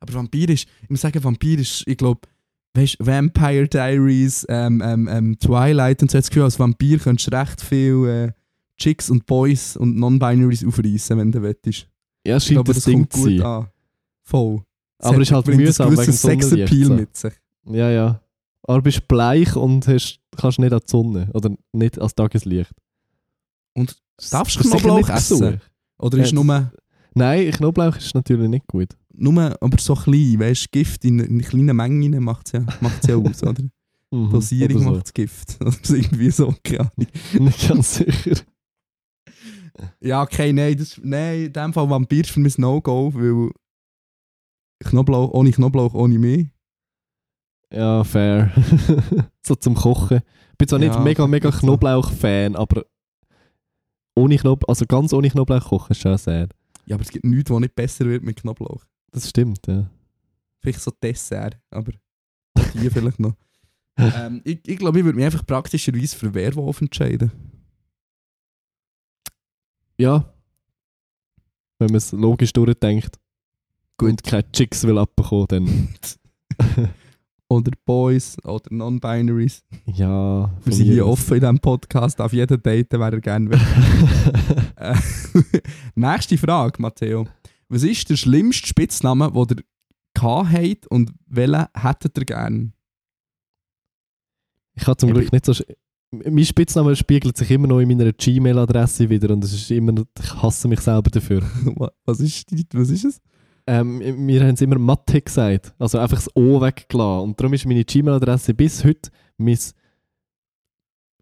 E: Aber Vampir ist, ich muss sagen, Vampir ist, ich glaube, weißt du, Vampire Diaries, ähm, ähm, ähm, Twilight und so, jetzt gehört als Vampir könntest du recht viel äh, Chicks und Boys und Non-Binaries aufreißen, wenn du wettest.
C: ja, es
E: Ich
C: scheint
E: glaube,
C: das,
E: das
C: Ding
E: kommt
C: zu
E: gut
C: sein.
E: an. Voll. Es
C: Aber
E: hat-
C: ist halt
E: bringt ein
C: mühsam wegen
E: gewisses
C: Sonnenlicht,
E: Sexappeal
C: so.
E: mit sich.
C: Ja, ja. Aber bist bleich und hast, kannst nicht an die Sonne oder nicht ans Tageslicht.
E: Und darfst du
C: Das ist sicher
E: Knoblauch
C: nicht
E: essen?
C: gesund.
E: Oder ist
C: Ja,
E: nur,
C: Nein, Knoblauch ist natürlich nicht gut.
E: nur, aber so klein, weißt du, Gift in, in kleinen Mengen macht es ja, macht's ja aus, oder?
C: Mhm,
E: Dosierung
C: oder so.
E: macht das Gift. Das ist irgendwie so, keine Ahnung.
C: Nicht ganz sicher.
E: Ja, okay, nein, das, nein, in dem Fall Vampir ist für mich ein No-Go, weil Knoblauch, ohne Knoblauch, ohne mich.
C: Ja, fair. so zum Kochen. Ich bin zwar
E: Ja,
C: nicht mega, mega
E: vielleicht so.
C: Knoblauch-Fan, aber ohne Knoblauch, also ganz ohne Knoblauch kochen ist schon sehr.
E: Ja, aber es gibt nichts, was nicht besser wird mit Knoblauch.
C: Das stimmt, ja.
E: Vielleicht so Dessert, aber auch hier vielleicht noch. Ähm, ich glaube, ich, glaub, ich würde mich einfach praktischerweise für Werwolf entscheiden.
C: Ja. Wenn man es logisch durchdenkt
E: Gut.
C: und keine Chicks will abbekommen, dann
E: Oder Boys, oder Non-Binaries.
C: ja. von
E: Wir sind
C: mir
E: hier
C: aus.
E: offen in diesem Podcast, auf jeden daten, wer er gerne will. Äh, Nächste Frage, Matteo. Was ist der schlimmste Spitzname, den ihr gehabt habt und welchen hättet ihr gern?
C: ich habe zum
E: Ich
C: Glück nicht so. sch- Mein Spitzname spiegelt sich immer noch in meiner Gmail-Adresse wieder und es ist immer, ich hasse mich selber dafür.
E: Wa- Was ist, die- was ist es?
C: Ähm, wir haben es immer Mathe gesagt. Also einfach das O weggelassen. Und darum ist meine Gmail-Adresse bis heute mein,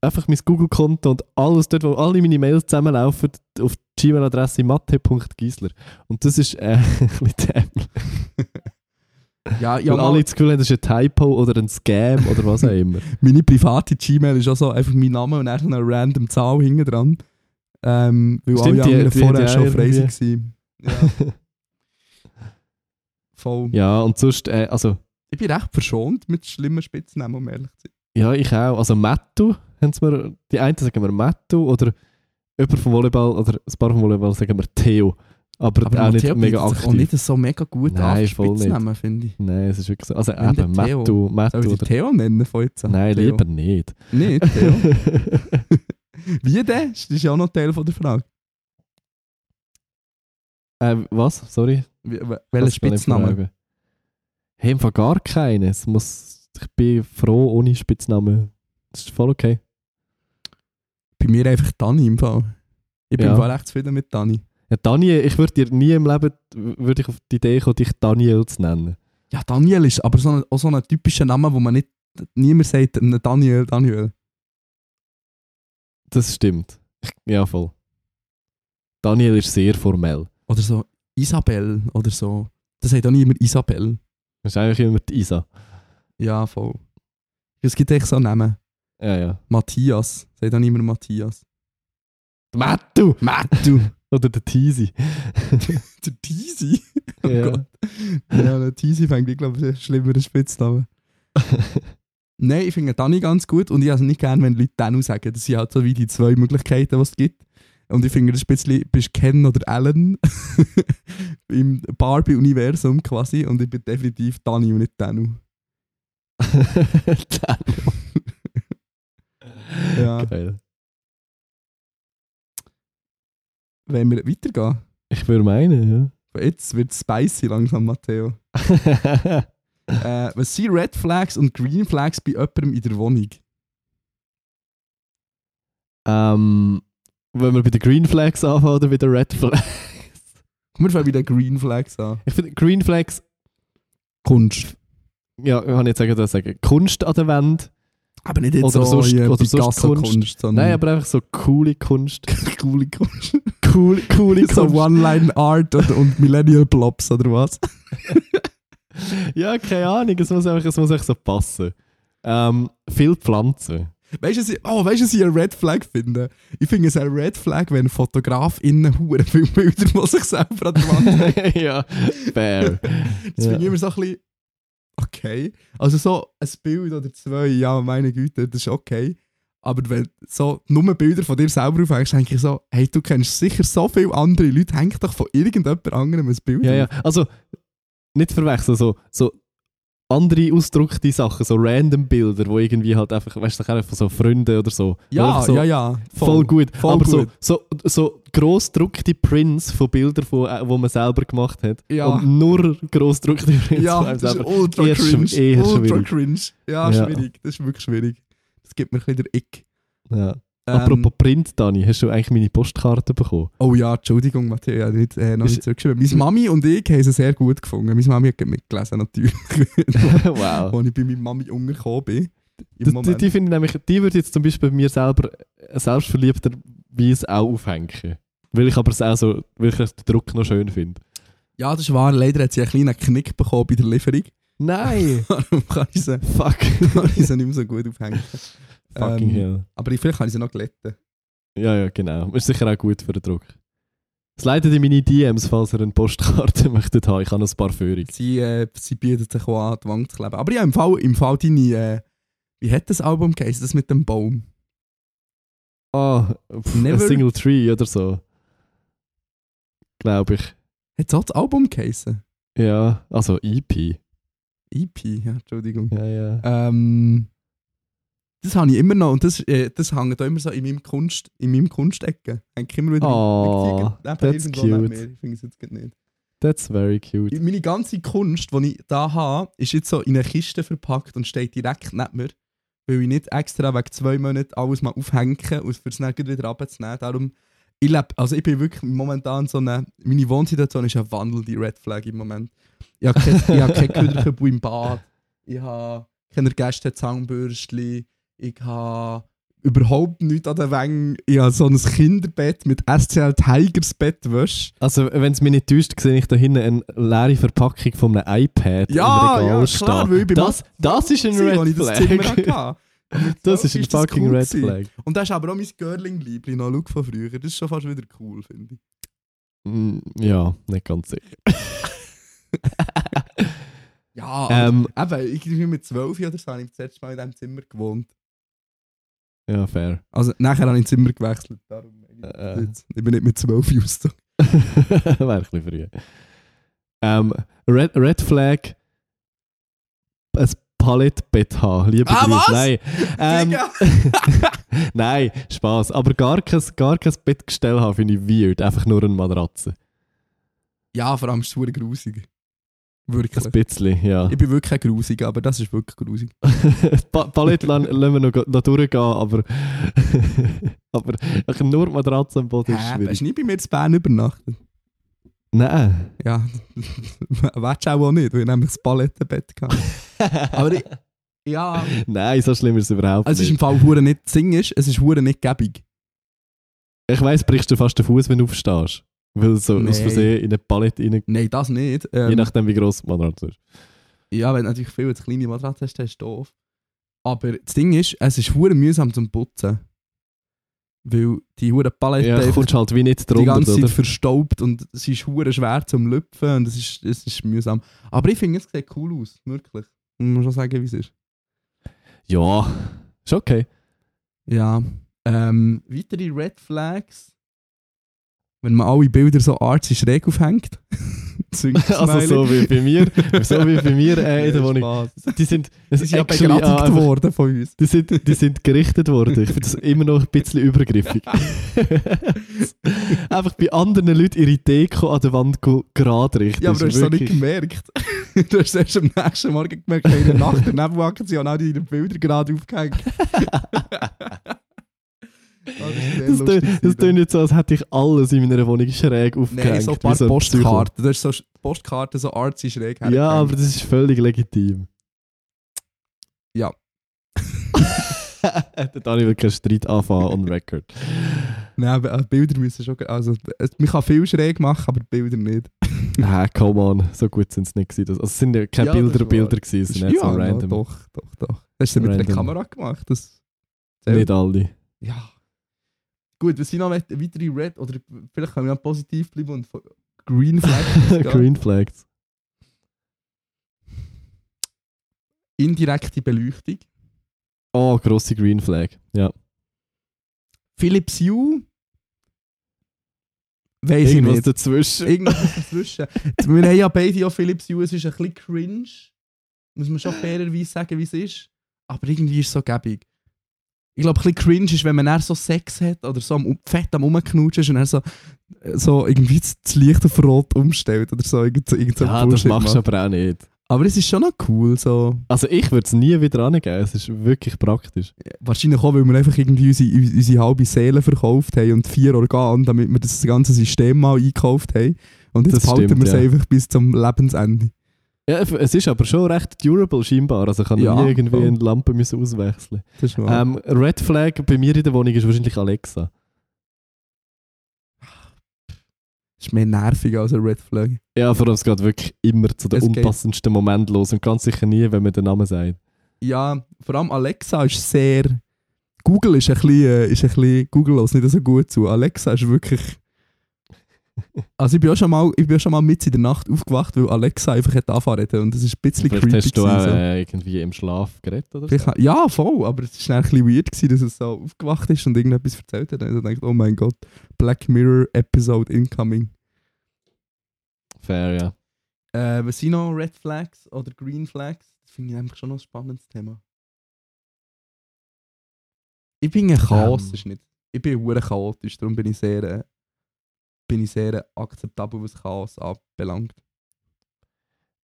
C: einfach mein Google-Konto und alles dort, wo alle meine Mails zusammenlaufen, auf die Gmail-Adresse matte.giesler. Und das ist äh, ein bisschen dämlich.
E: Ja, ja
C: Weil
E: mal,
C: alle das Gefühl haben, das ist ein Typo oder ein Scam oder was auch immer.
E: meine private Gmail ist auch so einfach mein Name und dann so eine random Zahl hinten dran. Ähm, weil
C: Stimmt,
E: alle
C: die-
E: anderen
C: die-
E: vorher
C: die
E: schon
C: auch
E: frei
C: irgendwie.
E: waren. Ja. Voll.
C: ja, und sonst, äh, also,
E: Ich bin recht verschont mit schlimmen Spitznamen, um ehrlich zu sein.
C: ja, ich auch. Also Mattu haben sie mir, die einen sagen wir Mattu oder jemand vom Volleyball oder ein paar vom Volleyball sagen wir Theo. Aber, auch
E: Matteo
C: nicht mega
E: bietet sich
C: aktiv.
E: auch nicht so mega gut
C: Nein,
E: an für
C: voll nicht.
E: Spitznamen, finde ich.
C: Nein, es ist wirklich so. Also
E: Wenn der
C: eben,
E: Theo.
C: Mattu,
E: Soll
C: Mattu
E: ich dich
C: oder...
E: Theo nennen von jetzt an?
C: Nein,
E: Theo.
C: lieber nicht.
E: Nicht, Theo. Wie denn? Das ist ja auch noch Teil von der Frage.
C: ähm, was? Sorry?
E: Wie- we-
C: Das
E: Welcher
C: ist mir nicht
E: Spitzname?
C: verraten. Hey, im Fall gar keinen. Es muss, ich bin froh ohne Spitznamen. Das ist voll okay.
E: Bei mir einfach Dani im Fall. Ich bin
C: Ja.
E: im Fall echt zufrieden mit Dani.
C: Ja, Daniel, ich würde dir nie im Leben würde ich auf die Idee kommen, dich Daniel zu nennen.
E: Ja, Daniel ist aber so ein, auch so ein typischer Name, wo man nicht niemand sagt, ne Daniel, Daniel.
C: Das stimmt. Ich, ja, voll. Daniel ist sehr formell.
E: Oder so Isabel oder so. Das sagt auch niemand Isabel.
C: Das ist eigentlich immer die Isa.
E: Ja, voll. Es gibt echt so Namen.
C: Ja, ja.
E: Matthias. Sagt auch niemand Matthias.
C: Mattu!
E: Mattu.
C: Oder der Teasy.
E: der Teasy.
C: Oh
E: Gott. Ja, der Teasy fängt, ich glaube, einen schlimmeren Spitznamen. Nein, ich finde Dani ganz gut und ich habe es nicht gern, wenn Leute Danu sagen. Das sind halt so wie die zwei Möglichkeiten, die es gibt. Und ich finde, das ist ein bisschen, bist Ken oder Alan im Barbie-Universum quasi und ich bin definitiv Dani und nicht Danu. Ja.
C: Geil.
E: Wenn wir weitergehen.
C: Ich würde meinen,
E: Jetzt wird spicy langsam, Matteo.
C: ja.
E: Äh, was sind Red Flags und Green Flags bei jemandem in der Wohnung?
C: ähm, wenn wir bei den Green Flags anfangen oder bei den Red Flags?
E: Kommen wir fangen bei den Green Flags an.
C: Ich finde Green Flags,
E: Kunst.
C: ja, ich kann jetzt sagen, das sagen. Kunst an der Wand.
E: Aber nicht jetzt
C: Oder
E: so,
C: sonst-
E: hier
C: oder sonst
E: Picasso-Kunst, sondern
C: Nein, aber einfach so coole Kunst.
E: Mhm. coole Kunst.
C: Cool, coole
E: so One-Line-Art und, und Millennial-Blobs oder was?
C: Ja, keine Ahnung, es muss einfach, es muss einfach so passen. Ähm, viel Pflanzen.
E: Weißt du, was ich- oh, weißt du, was ich ein Red Flag finde? Ich finde es ein Red Flag, wenn FotografInnen hure viele Bilder von sich selber an der Wand haben.
C: ja, fair.
E: Das
C: Ja.
E: finde ich immer so ein bisschen okay. Also so ein Bild oder zwei, ja, meine Güte, das ist okay. Aber wenn so nur Bilder von dir selber aufhängst, denke ich so, hey, du kennst sicher so viele andere Leute, häng doch von irgendjemand anderem ein Bild.
C: Ja, ja.
E: auf.
C: Also, nicht verwechseln, so, so andere ausgedruckte Sachen, so random Bilder, wo irgendwie halt einfach, weißt du, einfach von so Freunden oder so. Wo
E: Ja,
C: einfach so
E: ja, ja.
C: Voll, gut.
E: voll
C: aber
E: gut.
C: so, so, so grossdruckte Prints von Bildern, von, äh, wo man selber gemacht hat.
E: Ja.
C: Und nur grossdruckte Prints von
E: Ja,
C: einem
E: das ist
C: selber.
E: ultra
C: eher
E: cringe.
C: schw- eher
E: ultra
C: schwierig.
E: cringe. Ja,
C: Ja.
E: schwierig. Das ist wirklich schwierig. Das gibt mir ein bisschen den Ick.
C: Ja.
E: Ähm,
C: Apropos Print, Dani, hast du eigentlich meine Postkarte bekommen?
E: Oh ja, Entschuldigung, Matteo, ich habe nicht, äh, noch nicht
C: Ist-
E: zurückgeschrieben. Meine Mami und ich haben sie sehr gut gefunden. Meine Mami hat mitgelesen, natürlich.
C: wow.
E: wo ich bei meiner Mami untergekommen bin. Im
C: Ah. Das, die,
E: Moment.
C: die, finde ich nämlich, die würde jetzt zum Beispiel bei mir selber äh, selbstverliebterweise auch aufhängen. Weil ich aber es auch so, weil ich den Druck noch schön finde.
E: ja, das ist wahr. Leider hat sie einen kleinen Knick bekommen bei der Lieferung.
C: Nein!
E: Darum kann ich sie,
C: Fuck.
E: kann ich sie nicht mehr so gut aufhängen.
C: Fucking
E: Ähm,
C: hell.
E: Aber ich, vielleicht kann ich sie noch glätten.
C: Ja, ja, genau. Ist sicher auch gut für den Druck. Es leitet in meine DMs, falls ihr eine Postkarte möchtet haben. Ich habe noch ein paar Führung.
E: Sie, äh, sie bietet sich auch an, die Wand zu kleben. Aber ja, im Fall, im Fall deine... Äh, wie hat das Album geheißen? Das mit dem Baum?
C: Ah, pff,
E: Never-
C: a Single Tree oder so. Glaube ich.
E: Hat es auch das Album geheißen?
C: Ja, also EP.
E: EP, ja, Entschuldigung.
C: Ja, ja.
E: Ähm, das habe ich immer noch und das, äh, das hängt auch immer so in meinem Kunst, in meinem Kunstecke. Hängt immer wieder
C: Oh,
E: neben
C: that's
E: irgendwo neben
C: cute.
E: mir. Ich finde es jetzt gerade nicht.
C: That's very cute.
E: Meine ganze Kunst, die ich da habe, ist jetzt so in eine Kiste verpackt und steht direkt neben mir. Weil ich nicht extra wegen zwei Monaten alles mal aufhängen um und für das Nägel wieder runterzunehmen. Darum, ich lebe, also ich bin wirklich momentan so eine, meine Wohnsituation ist eine wandelnde Red Flag im Moment. Ich habe kein, ich habe kein Kühlerkübel im Bad, ich habe keine Gästezahnbürstchen, ich habe überhaupt nichts an den Wängen, ich habe so ein Kinderbett mit SCL Tigers Bettwäsche.
C: Also, wenn es mich nicht täuscht, sehe ich da hinten eine leere Verpackung von einem iPad
E: Ja,
C: im Regal
E: ja,
C: stehen.
E: klar, weil ich bin
C: das, das ist ein
E: gewesen, als
C: Red
E: ich das Zimmer
C: Flag.
E: hatte.
C: Das ist
E: Oh,
C: ein
E: ist das
C: fucking
E: cool
C: Red
E: gewesen.
C: Flag.
E: Und das ist aber auch mein Girling-Liebling, noch Look von früher. Das ist schon fast wieder cool, finde ich.
C: Mm, Ja, nicht ganz sicher.
E: Ja,
C: Ähm,
E: aber eben, ich bin mit 12 oder so, habe ich das letzte Mal in diesem Zimmer gewohnt.
C: ja, fair.
E: Also nachher habe ich das Zimmer gewechselt, darum meine ich das
C: Äh.
E: jetzt. Ich bin nicht mit 12 ausgezogen.
C: Wäre ein bisschen früh. Ähm, Red, Red Flag. Ein Palettbett haben. Liebe
E: Ah,
C: Grüße.
E: was?
C: Nein. Ähm,
E: Digga!
C: nein, Spaß. Aber gar kein, gar kein Bettgestell haben, finde ich weird. Einfach nur eine Matratze.
E: ja, vor allem ist es verdammt grusig. Wirklich.
C: Ein bisschen, ja.
E: Ich bin wirklich kein Grusig, aber das ist wirklich grusig.
C: pa Palette lassen lassen wir noch, go- noch durchgehen, aber, aber ich nur die Matratze am Boden ist
E: Hä? Hast
C: schwierig.
E: du nie bei mir in Bern übernachtet?
C: Nein.
E: Ja, wärst du auch nicht, weil ich nämlich das Palettenbett hatte. aber ich... Ja...
C: Nein, so schlimm ist es überhaupt
E: Also es ist im
C: nicht.
E: Fall hure nicht das Ding ist, es ist hure nicht gäbig.
C: Ich weiss, brichst du fast den Fuß, wenn du aufstehst. Weil so aus
E: Nein.
C: Versehen in eine Palette rein,
E: Nein, das nicht. Ähm,
C: je nachdem wie gross die Matratze halt ist.
E: ja, wenn du natürlich viel zu kleine Matratze hast, dann ist es doof. Aber das Ding ist, es ist hure mühsam zum Putzen. Weil die hure Palette
C: Ja,
E: einfach
C: kommst halt wie nicht
E: die
C: drunter,
E: ganze Zeit
C: oder?
E: verstaubt und es ist hure schwer zum Lüpfen und es ist, es ist mühsam. Aber ich finde, es sieht cool aus, wirklich. Muss man schon sagen, wie es ist.
C: Ja, ist okay.
E: Ja. Ähm, weitere Red Flags. Wenn man alle Bilder so artsy schräg aufhängt.
C: Also so wie bei mir, so wie bei mir äh, in der Wohnung. Die sind,
E: Es
C: es
E: ist ja
C: actually
E: begradigt
C: an- einfach-
E: worden von uns.
C: Die sind, die sind gerichtet worden. Ich finde das immer noch ein bisschen übergriffig. einfach bei anderen Leuten ihre Deko an der Wand go- gerade richten.
E: Ja, aber du hast es
C: Ist
E: auch nicht
C: wirklich-
E: gemerkt. du hast erst am nächsten Morgen gemerkt, in der Nacht der Nebenaktion auch deine Bilder gerade aufgehängt.
C: Das tö- Das tönt jetzt so, als hätte ich alles in meiner Wohnung schräg aufgehängt.
E: Nein, so ein
C: wie
E: paar
C: ein Psycho.
E: Postkarten. Du hast so Sch- Postkarten so artsy schräg
C: Ja, aber
E: hergehängt.
C: das ist völlig legitim.
E: Ja.
C: Der Dani will keinen Streit anfangen on record.
E: Nein, aber äh, Bilder müssen schon... Also, es- man kann viel schräg machen, aber die Bilder nicht.
C: Ah, come on, so gut sind es nicht gewesen. Also, es sind ja keine
E: Ja, das
C: Bilder,
E: ist
C: Bilder gewesen, es sind nicht so
E: ja,
C: ne? random.
E: doch, doch, doch. Hast du mit einer
C: Random.
E: Kamera gemacht? Das zählt.
C: Nicht alle.
E: Ja. Gut, was sind noch weit- weitere Red oder vielleicht können wir auch positiv bleiben und von Green Flag. ja.
C: Green Flags.
E: Indirekte Beleuchtung.
C: Oh, grosse Green Flag. Ja.
E: Philips Hue. Weiß ich
C: Irgendwas
E: nicht.
C: dazwischen.
E: Irgendwas dazwischen. wir haben ja beide ja Philips Hue, es ist ein bisschen cringe. Muss man schon fairerweise sagen, wie es ist. Aber irgendwie ist es so gäbig. Ich glaube, ein bisschen cringe ist, wenn man dann so Sex hat oder so am, Um- fett am Rumknutschen ist und dann so, so irgendwie das das Licht auf Rot umstellt oder so. Irgend, so- irgend so
C: ja, das
E: Bullshit
C: machst
E: macht.
C: du aber auch nicht.
E: Aber es ist schon noch cool, so.
C: Also, ich würde es nie wieder angeben. Es ist wirklich praktisch.
E: Wahrscheinlich auch, weil wir einfach irgendwie unsere, uns- unsere halbe Seele verkauft haben und vier Organe, damit wir das ganze System mal eingekauft haben. Und jetzt
C: Das
E: behalten
C: stimmt,
E: wir es
C: ja.
E: einfach bis zum Lebensende.
C: Ja, es ist aber schon recht durable, scheinbar. Also, ich kann
E: Ja,
C: nie irgendwie
E: voll.
C: eine Lampe müssen auswechseln.
E: Das ist wahr.
C: Ähm, Red Flag bei mir in der Wohnung ist wahrscheinlich Alexa.
E: Das ist mehr nervig als ein Red Flag.
C: Ja, vor allem es geht wirklich immer zu den
E: Es geht-
C: unpassendsten Momenten los und ganz sicher nie, wenn man den Namen sagt.
E: Ja, vor allem Alexa ist sehr. Google ist ein bisschen. äh, Ist ein bisschen Google lässt nicht so gut zu. Alexa ist wirklich. Also ich bin auch schon mal, ich bin auch schon mal mit in der Nacht aufgewacht, weil Alexa einfach hat anfangen zu reden und das ist ein bisschen
C: Vielleicht hast du
E: gewesen,
C: auch
E: so.
C: äh, irgendwie im Schlaf geredet oder so.
E: Vielleicht, ja, voll, aber es war ein bisschen weird, gewesen, dass es so aufgewacht ist und irgendetwas erzählt hat. Und ich dachte, oh mein Gott, Black Mirror Episode incoming.
C: Fair, ja.
E: Äh, was sind noch Red Flags oder Green Flags? Das finde ich einfach schon noch ein spannendes Thema. Ich bin ein Chaos,
C: Ähm.
E: ist nicht. Ich bin hure chaotisch, darum bin ich sehr, äh, bin ich sehr akzeptabel, was Chaos anbelangt.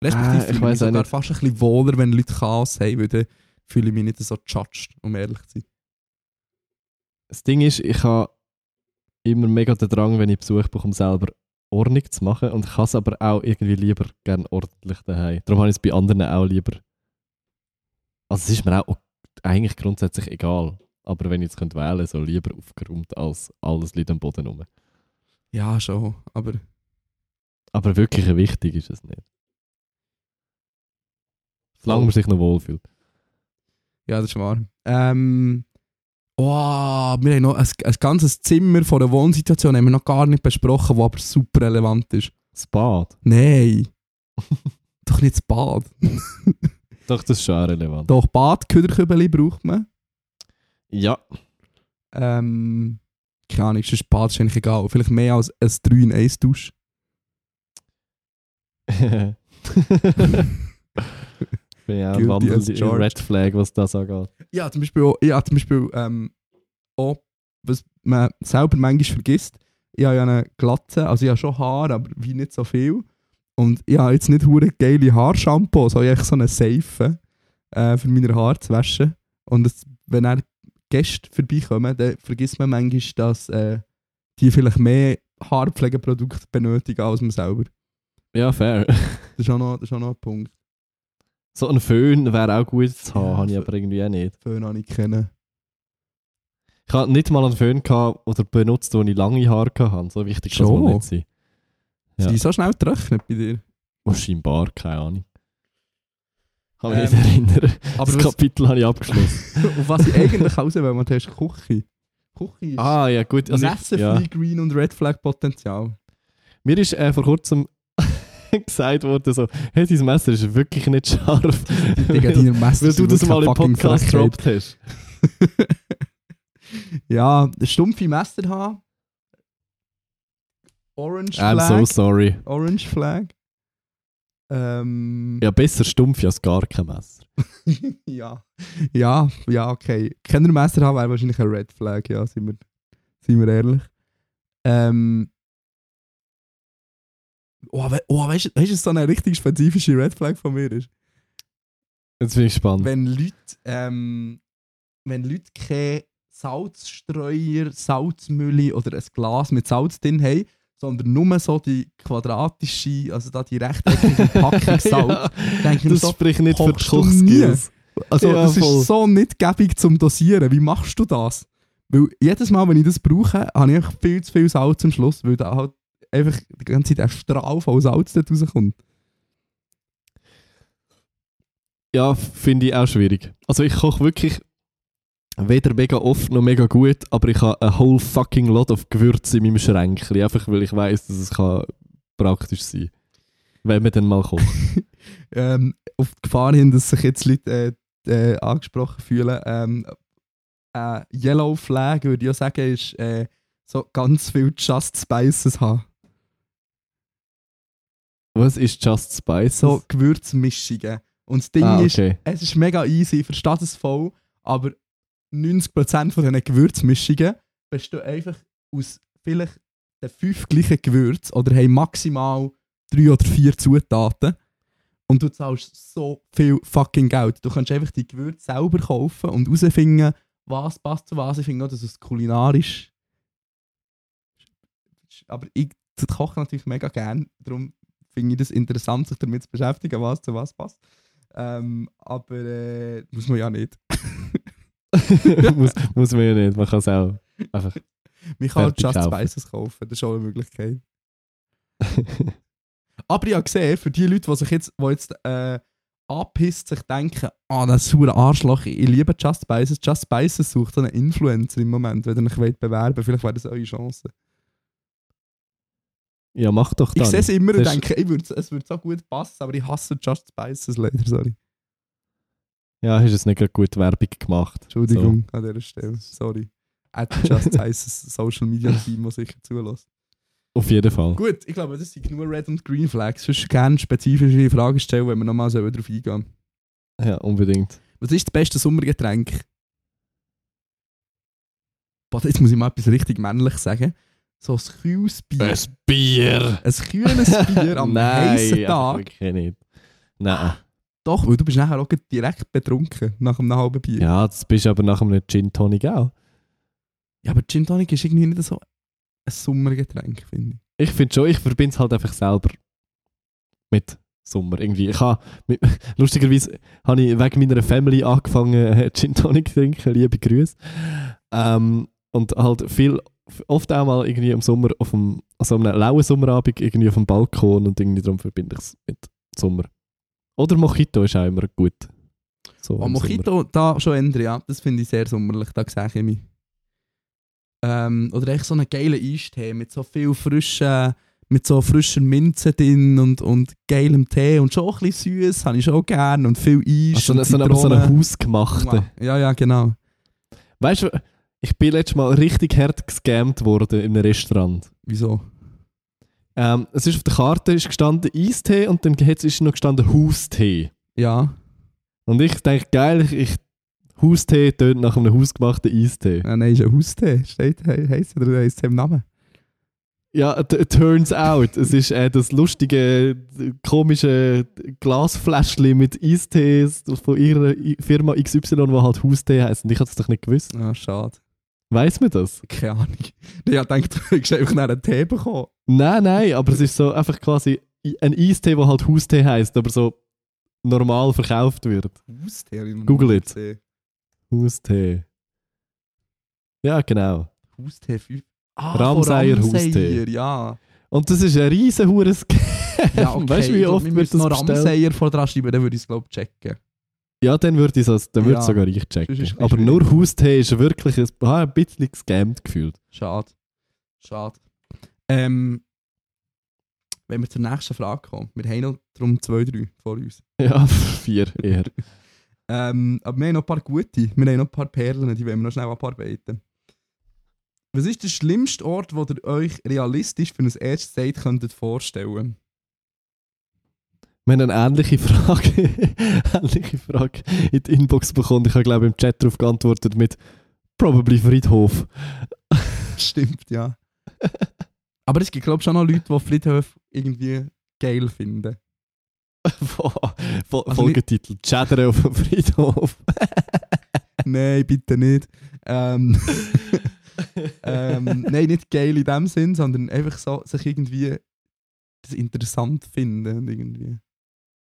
E: Respektive
C: Äh, ich
E: fühle ich mich
C: weiss auch
E: sogar
C: nicht.
E: fast ein bisschen wohler, wenn Leute Chaos haben, weil dann fühle ich mich nicht so judged, um ehrlich zu sein.
C: Das Ding ist, ich habe immer mega den Drang, wenn ich Besuch bekomme, selber Ordnung zu machen und ich kann es aber auch irgendwie lieber gern ordentlich daheim. Darum habe ich es bei anderen auch lieber. Also es ist mir auch o- eigentlich grundsätzlich egal. Aber wenn ich jetzt könnte wählen so lieber aufgeräumt als alles liegt am Boden rum.
E: Ja, schon, aber
C: Aber wirklich wichtig ist es nicht. Solange man sich noch wohlfühlt.
E: ja, das ist wahr. Ähm, oh, wir haben noch ein, ein ganzes Zimmer von der Wohnsituation haben wir noch gar nicht besprochen, was aber super relevant ist.
C: Das Bad.
E: Nein. Doch nicht das Bad.
C: Doch, das ist schon auch relevant.
E: Doch Badküderkübeli braucht man.
C: Ja.
E: Ähm, keine Ahnung, sonst Bad ist eigentlich egal. Vielleicht mehr als ein 3 in 1 Dusch.
C: bin ja
E: Guilty
C: ein
E: as
C: wandelnde
E: charged.
C: Red Flag, was das angeht.
E: Ja, zum Beispiel, auch- ich habe zum Beispiel ähm, auch, was man selber manchmal vergisst, ich habe ja eine Glatze, also ich habe schon Haare, aber wie nicht so viel. Und ich habe jetzt nicht hure geile Haarshampoos, sondern ich habe so eine Seife äh, für meine Haare zu waschen. Und es- wenn dann Gäste vorbeikommen, dann vergisst man manchmal, dass äh, die vielleicht mehr Haarpflegeprodukte benötigen als man selber.
C: Ja, fair.
E: Das ist auch noch, das ist auch noch ein Punkt,
C: So ein Föhn wäre auch gut zu haben, habe ich
E: Ja,
C: aber irgendwie auch nicht.
E: den ich nicht kenne.
C: Ich hatte nicht mal einen Föhn gehabt oder benutzt, wo ich lange Haare hatte. So wichtig kann es
E: Schon?
C: wohl nicht sein. Ja.
E: Sind die so schnell getrocknet bei dir?
C: Oh, scheinbar, keine Ahnung. Kann mich
E: Ähm,
C: nicht erinnern.
E: Aber
C: Das
E: was,
C: Kapitel habe ich abgeschlossen.
E: auf was ich eigentlich raus will, weil man hast Küche. Küche ist ah,
C: ah, ja, gut. Also ich, ja.
E: viel Green und Red Flag Potenzial.
C: Mir ist äh, vor kurzem gesagt worden, so, hey, dein Messer ist wirklich nicht scharf.
E: Digga,
C: weil,
E: deine Messer
C: weil du
E: sind
C: das
E: wirklich
C: mal im
E: eine fucking
C: Podcast
E: Frechheit.
C: gedroppt hast.
E: Ja, stumpfe Messer haben. Orange Flag.
C: I'm so sorry.
E: Orange Flag. Ähm,
C: Ja, besser stumpf als gar kein Messer.
E: ja. Ja, ja, okay. Keiner Messer haben wäre wahrscheinlich ein Red Flag, ja, sind wir, sind wir ehrlich. Ähm. Oh, we oh weißt du, weißt du, was so eine richtig spezifische Red Flag von mir ist?
C: Jetzt bin ich gespannt.
E: Wenn Leute, ähm, wenn Leute keine Salzstreuer, Salzmühle oder ein Glas mit Salz drin haben, sondern nur so die quadratische, also da die rechteckige Packung Salz,
C: Ja,
E: denke ich mir
C: das
E: so,
C: spricht nicht für die
E: kochst du nie?
C: Kochskills.
E: Also,
C: Ja,
E: das
C: voll.
E: ist so nicht gäbig zum Dosieren. Wie machst du das? Weil jedes Mal, wenn ich das brauche, habe ich echt viel zu viel Salz am Schluss, weil da halt einfach die ganze Zeit ein Strahl voll Salz dort rauskommt.
C: Ja, finde ich auch schwierig. Also ich koche wirklich weder mega oft noch mega gut, aber ich habe a whole fucking lot of Gewürze in meinem Schränkchen. Einfach weil ich weiß, dass es kann praktisch sein wenn man dann mal kocht.
E: Ähm, auf die Gefahr hin, dass sich jetzt Leute äh, äh, angesprochen fühlen. Ähm, äh, Yellow Flag, würde ich auch sagen, ist äh, so ganz viel Just Spices haben.
C: Was ist Just Spice?
E: So Gewürzmischungen. Und das Ding
C: ah,
E: ist,
C: okay.
E: es ist mega easy, ich verstehe das voll, aber 90% von diesen Gewürzmischungen bestehen einfach aus vielleicht den fünf gleichen Gewürzen oder haben maximal drei oder vier Zutaten. Und du zahlst so viel fucking Geld. Du kannst einfach die Gewürze selber kaufen und herausfinden, was passt zu was. Ich finde auch, dass es kulinarisch. Aber ich koche natürlich mega gern. Darum finde ich das interessant, sich damit zu beschäftigen, was zu was passt. Ähm, aber äh, muss man ja nicht.
C: muss, muss man ja nicht, man kann es auch einfach.
E: Man kann halt
C: Fertig
E: Just
C: kaufen.
E: Spices kaufen, das ist auch eine Möglichkeit. Aber ich habe gesehen, für die Leute, die sich jetzt, die jetzt äh, anpisst, sich denken, ah, das ist ein sauer Arschloch, ich liebe Just Spices. Just Spices sucht so einen Influencer im Moment, wenn ihr euch wollt bewerben wollt, vielleicht wäre das eure Chance.
C: ja, mach doch dann.
E: Ich sehe es immer und
C: Das ist-
E: denke, ich würd's- es würde so gut passen, aber ich hasse Just Spices leider, sorry.
C: Ja, hast es nicht gerade gut Werbung gemacht.
E: Entschuldigung an dieser Stelle, sorry. At Just Spices Social Media Team, das sicher zulässt.
C: So, auf jeden Fall.
E: Gut, ich glaube, das sind genug Red und Green Flags. Sonst gerne spezifische Fragen stellen, wenn wir nochmal darauf eingehen sollen.
C: Ja, unbedingt.
E: Was ist das beste Sommergetränk? Boah, jetzt muss ich mal etwas richtig männlich sagen. So ein kühles Bier.
C: Bier!
E: Ein kühles Bier am
C: Nein,
E: heißen
C: einfach
E: Tag.
C: wirklich nicht. Nein.
E: Doch, weil du bist nachher auch gleich direkt betrunken nach einem halben Bier.
C: Ja, das bist du aber nach einem Gin Tonic auch.
E: Ja, aber Gin Tonic ist irgendwie nicht so ein Sommergetränk, finde ich.
C: Ich finde schon, ich verbinde es halt einfach selber mit Sommer. Irgendwie. Ich habe, mit, lustigerweise habe ich wegen meiner Family angefangen, äh, Gin Tonic zu trinken, liebe Grüße. Ähm, und halt viel, oft auch mal irgendwie im Sommer, auf dem, also einem lauen Sommerabend irgendwie auf dem Balkon und irgendwie darum verbinde ich es mit Sommer. Oder Mojito ist auch immer gut. So
E: Oh,
C: im Sommer.
E: Mojito, da schon ändern, ja. Das finde ich sehr sommerlich, da sehe ich mich. Ähm, oder echt so einen geilen Eistee mit so viel frischen, mit so frischer Minze drin und, und geilem Tee und schon auch ein bisschen süß, habe ich schon gern und viel
C: Ah,
E: Eis.
C: so,
E: und
C: eine- so, eine- aber so einen
E: Zitronen.
C: hausgemachten.
E: Ja, ja, genau.
C: Weißt du, ich bin letztes Mal richtig hart gescammt worden in einem Restaurant.
E: Wieso?
C: Ähm, es ist auf der Karte ist gestanden Eistee und dann hat's- ist noch gestanden Haustee.
E: Ja,
C: Und ich denke, geil, ich, ich Haustee tönt nach einem hausgemachten Eistee.
E: ja Äh, nein, ist ein Haustee. Steht, he- heisst er oder heisst er im Namen?
C: Ja, t- turns out, es ist äh, das lustige, äh, komische Glasfläschchen mit Eistees von ihrer I- Firma XY, die halt Haustee heisst. Und ich hätte es doch nicht gewusst.
E: Ah, schade.
C: Weiß man das?
E: Keine Ahnung. Ich habe gedacht, du hättest einfach nachher einen Tee bekommen.
C: Nein, nein, aber es ist so einfach quasi i- ein Eistee, der halt Haustee heisst, aber so normal verkauft wird.
E: Haustee habe ich noch
C: Google
E: nie
C: it.
E: gesehen.
C: Haustee. Ja, genau.
E: Haustee 5. Ah, von
C: Ramsayer Haustee.
E: Ramsayer, Ja.
C: Und das ist ein riesen Huren Scam.
E: Ja, okay.
C: Weißt du, wie
E: Ich glaub,
C: oft
E: wir
C: wird
E: müssen
C: das
E: noch
C: bestellt?
E: Ramsayer vor dran schreiben, dann würde ich es, glaube ich, checken.
C: Ja, dann würde ich es
E: Ja.
C: sogar ich
E: Sonst ist es
C: checken.
E: ein
C: Aber
E: bisschen
C: nur Haustee ist wirklich ein, ah, ein bisschen gescammt gefühlt.
E: Schade. Schade. Ähm, wenn wir zur nächsten Frage kommen, wir haben noch drum zwei, drei vor uns.
C: Ja, vier eher.
E: Ähm, aber wir haben noch ein paar gute, wir haben noch ein paar Perlen, die wollen wir noch schnell abarbeiten. Was ist der schlimmste Ort, wo ihr euch realistisch für ein erstes Date könntet vorstellen
C: Wir haben eine ähnliche Frage, ähnliche Frage in die Inbox bekommen. Ich habe, glaube ich, im Chat darauf geantwortet mit «Probably Friedhof».
E: Stimmt, ja. Ah, aber es gibt, glaube ich, schon noch Leute, die Friedhöfe irgendwie geil finden.
C: Boah, Fol
E: Also
C: Folgetitel «Schädere auf dem Friedhof».
E: Nein, bitte nicht. Ähm, ähm, nein, nicht geil in dem Sinn, sondern einfach so, sich irgendwie das interessant finden. und Irgendwie.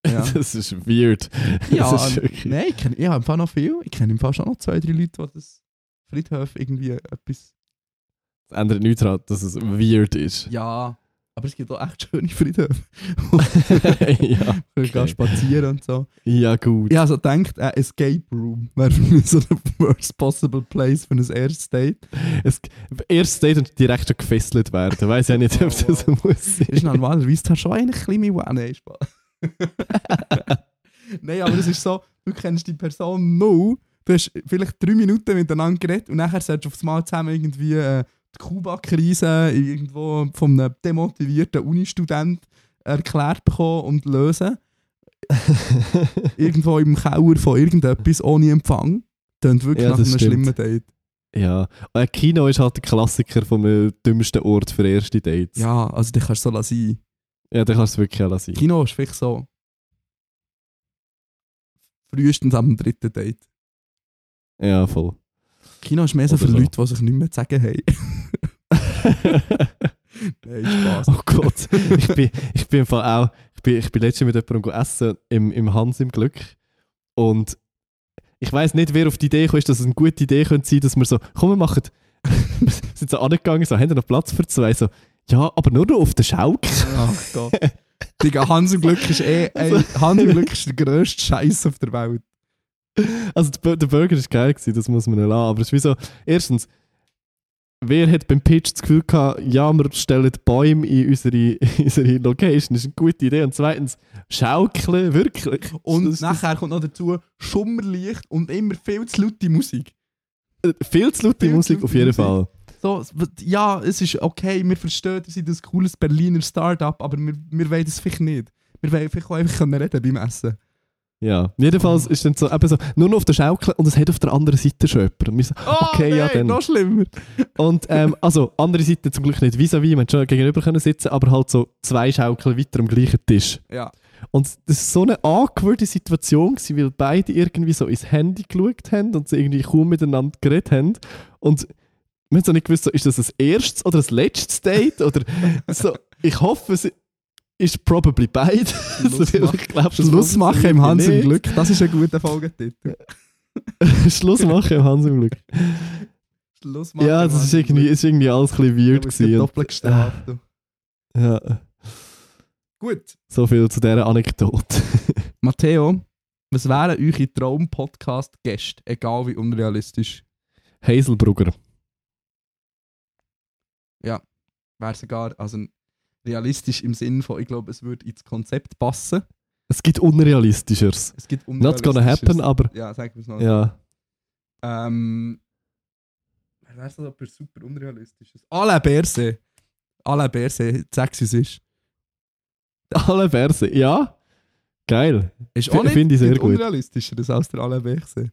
E: Ja.
C: Das ist weird.
E: Ja,
C: das ist
E: ähm,
C: wirklich-
E: nein, ich, kenn- ich habe im Fall noch viel. Ich kenne im Fall schon noch zwei, drei Leute, die das Friedhof irgendwie etwas.
C: Das ändert nichts daran, dass es weird ist.
E: Ja, aber es gibt auch echt schöne Friedhöfe.
C: ja.
E: Du
C: Okay.
E: kannst spazieren und so.
C: ja, gut.
E: Ich habe so gedacht, ein Escape Room wäre für mich so der worst possible place für ein erstes Date.
C: Es, erst Date und direkt schon gefesselt werden. Weiß ja nicht, ob
E: Oh,
C: das so muss sein.
E: Das ist normalerweise da halt schon eine kleine Wanne. Nein, Spaß. Nein, aber es ist so, du kennst die Person null. Du hast vielleicht drei Minuten miteinander geredet und nachher sollst du auf einmal zusammen irgendwie äh, die Kuba-Krise irgendwo von einem demotivierten Unistudent erklärt bekommen und lösen. irgendwo im Keller von irgendetwas ohne Empfang. Tönt wirklich
C: Ja,
E: nach einem
C: das stimmt.
E: schlimmen Date.
C: Ja. Ein Kino ist halt der Klassiker vom äh, dümmsten Ort für erste Dates.
E: Ja, also dich kannst du so lassen. sein.
C: Ja, dann kannst du es wirklich auch lassen.
E: Kino ist vielleicht so. Frühestens am dritten Date.
C: Ja, voll.
E: Kino ist mehr so
C: Oder
E: für
C: so.
E: Leute, die sich nicht mehr zu sagen haben. Nein, Spaß.
C: oh Gott. Ich bin, ich bin im Fall auch. Ich bin, ich bin letztens mit jemandem gegessen im, im Hans im Glück. Und ich weiß nicht, wer auf die Idee gekommen ist, dass es eine gute Idee könnte sein, dass wir so, komm, wir machen. wir sind so angegangen, so, haben wir noch Platz für zwei? So, ja, aber nur noch auf der Schauk.
E: Ach Gott. Digga, Hans im Glück ist eh. Ey, Hans im Glück ist der grösste Scheiß auf der Welt.
C: Also der Bu- der Burger ist geil gewesen, das muss man lassen. Aber es ist wie so, erstens, wer hat beim Pitch das Gefühl gehabt, ja, wir stellen Bäume in unsere, in unsere Location, das ist eine gute Idee. Und zweitens, schaukeln, wirklich.
E: Und
C: das, das,
E: nachher kommt noch dazu Schummerlicht und immer viel zu laute Musik.
C: viel zu laute
E: viel zu
C: Musik
E: laute
C: auf jeden
E: Musik.
C: Fall.
E: So, s- w- ja, es ist okay, wir verstehen, ihr seid ein cooles Berliner Start-up, aber wir, wir wollen das vielleicht nicht. Wir wollen vielleicht auch einfach können reden beim Essen.
C: Ja, jedenfalls ist dann so, eben so, nur noch auf der Schaukel und es hat auf der anderen Seite schon jemand. Und wir so,
E: Oh,
C: Okay, ja, dann.
E: Noch schlimmer.
C: Und ähm, also, andere Seite zum Glück nicht vis-à-vis, man hätte schon gegenüber können sitzen, aber halt so zwei Schaukeln weiter am gleichen Tisch.
E: Ja.
C: Und das war so eine awkwarde Situation, gewesen, weil beide irgendwie so ins Handy geschaut haben und sie irgendwie kaum miteinander geredet haben. Und wir haben so nicht gewusst, so, ist das das erstes oder das letztes Date? oder so, ich hoffe, es ist probably beides.
E: Schluss
C: Weil
E: machen.
C: ich glaub, das
E: Schluss machen im Hans im
C: nicht.
E: Glück, das ist ein guter Folgetitel.
C: Schluss machen im Hans im Glück.
E: Schluss machen.
C: Ja, das ist irgendwie, ist irgendwie alles ein bisschen weird. gewesen. Und,
E: doppelt gestraft. du.
C: ja,
E: Gut.
C: so viel zu dieser Anekdote.
E: Matteo, was wären eure Traum-Podcast-Gäste, egal wie unrealistisch?
C: Hazelbrugger.
E: Wäre sogar, also realistisch im Sinn von, ich glaube, es würde ins Konzept passen.
C: Es gibt Unrealistischeres.
E: Es gibt
C: Not gonna happen, aber
E: Ja, sag mir's noch.
C: ja.
E: Ähm, wer wäre so etwas super unrealistisches? Alain Berse. Alain Berse, sag es ist.
C: Alle Verse, ja. Geil.
E: Ist
C: F- finde ich sehr
E: nicht
C: gut.
E: unrealistischer das als der Alain Berse.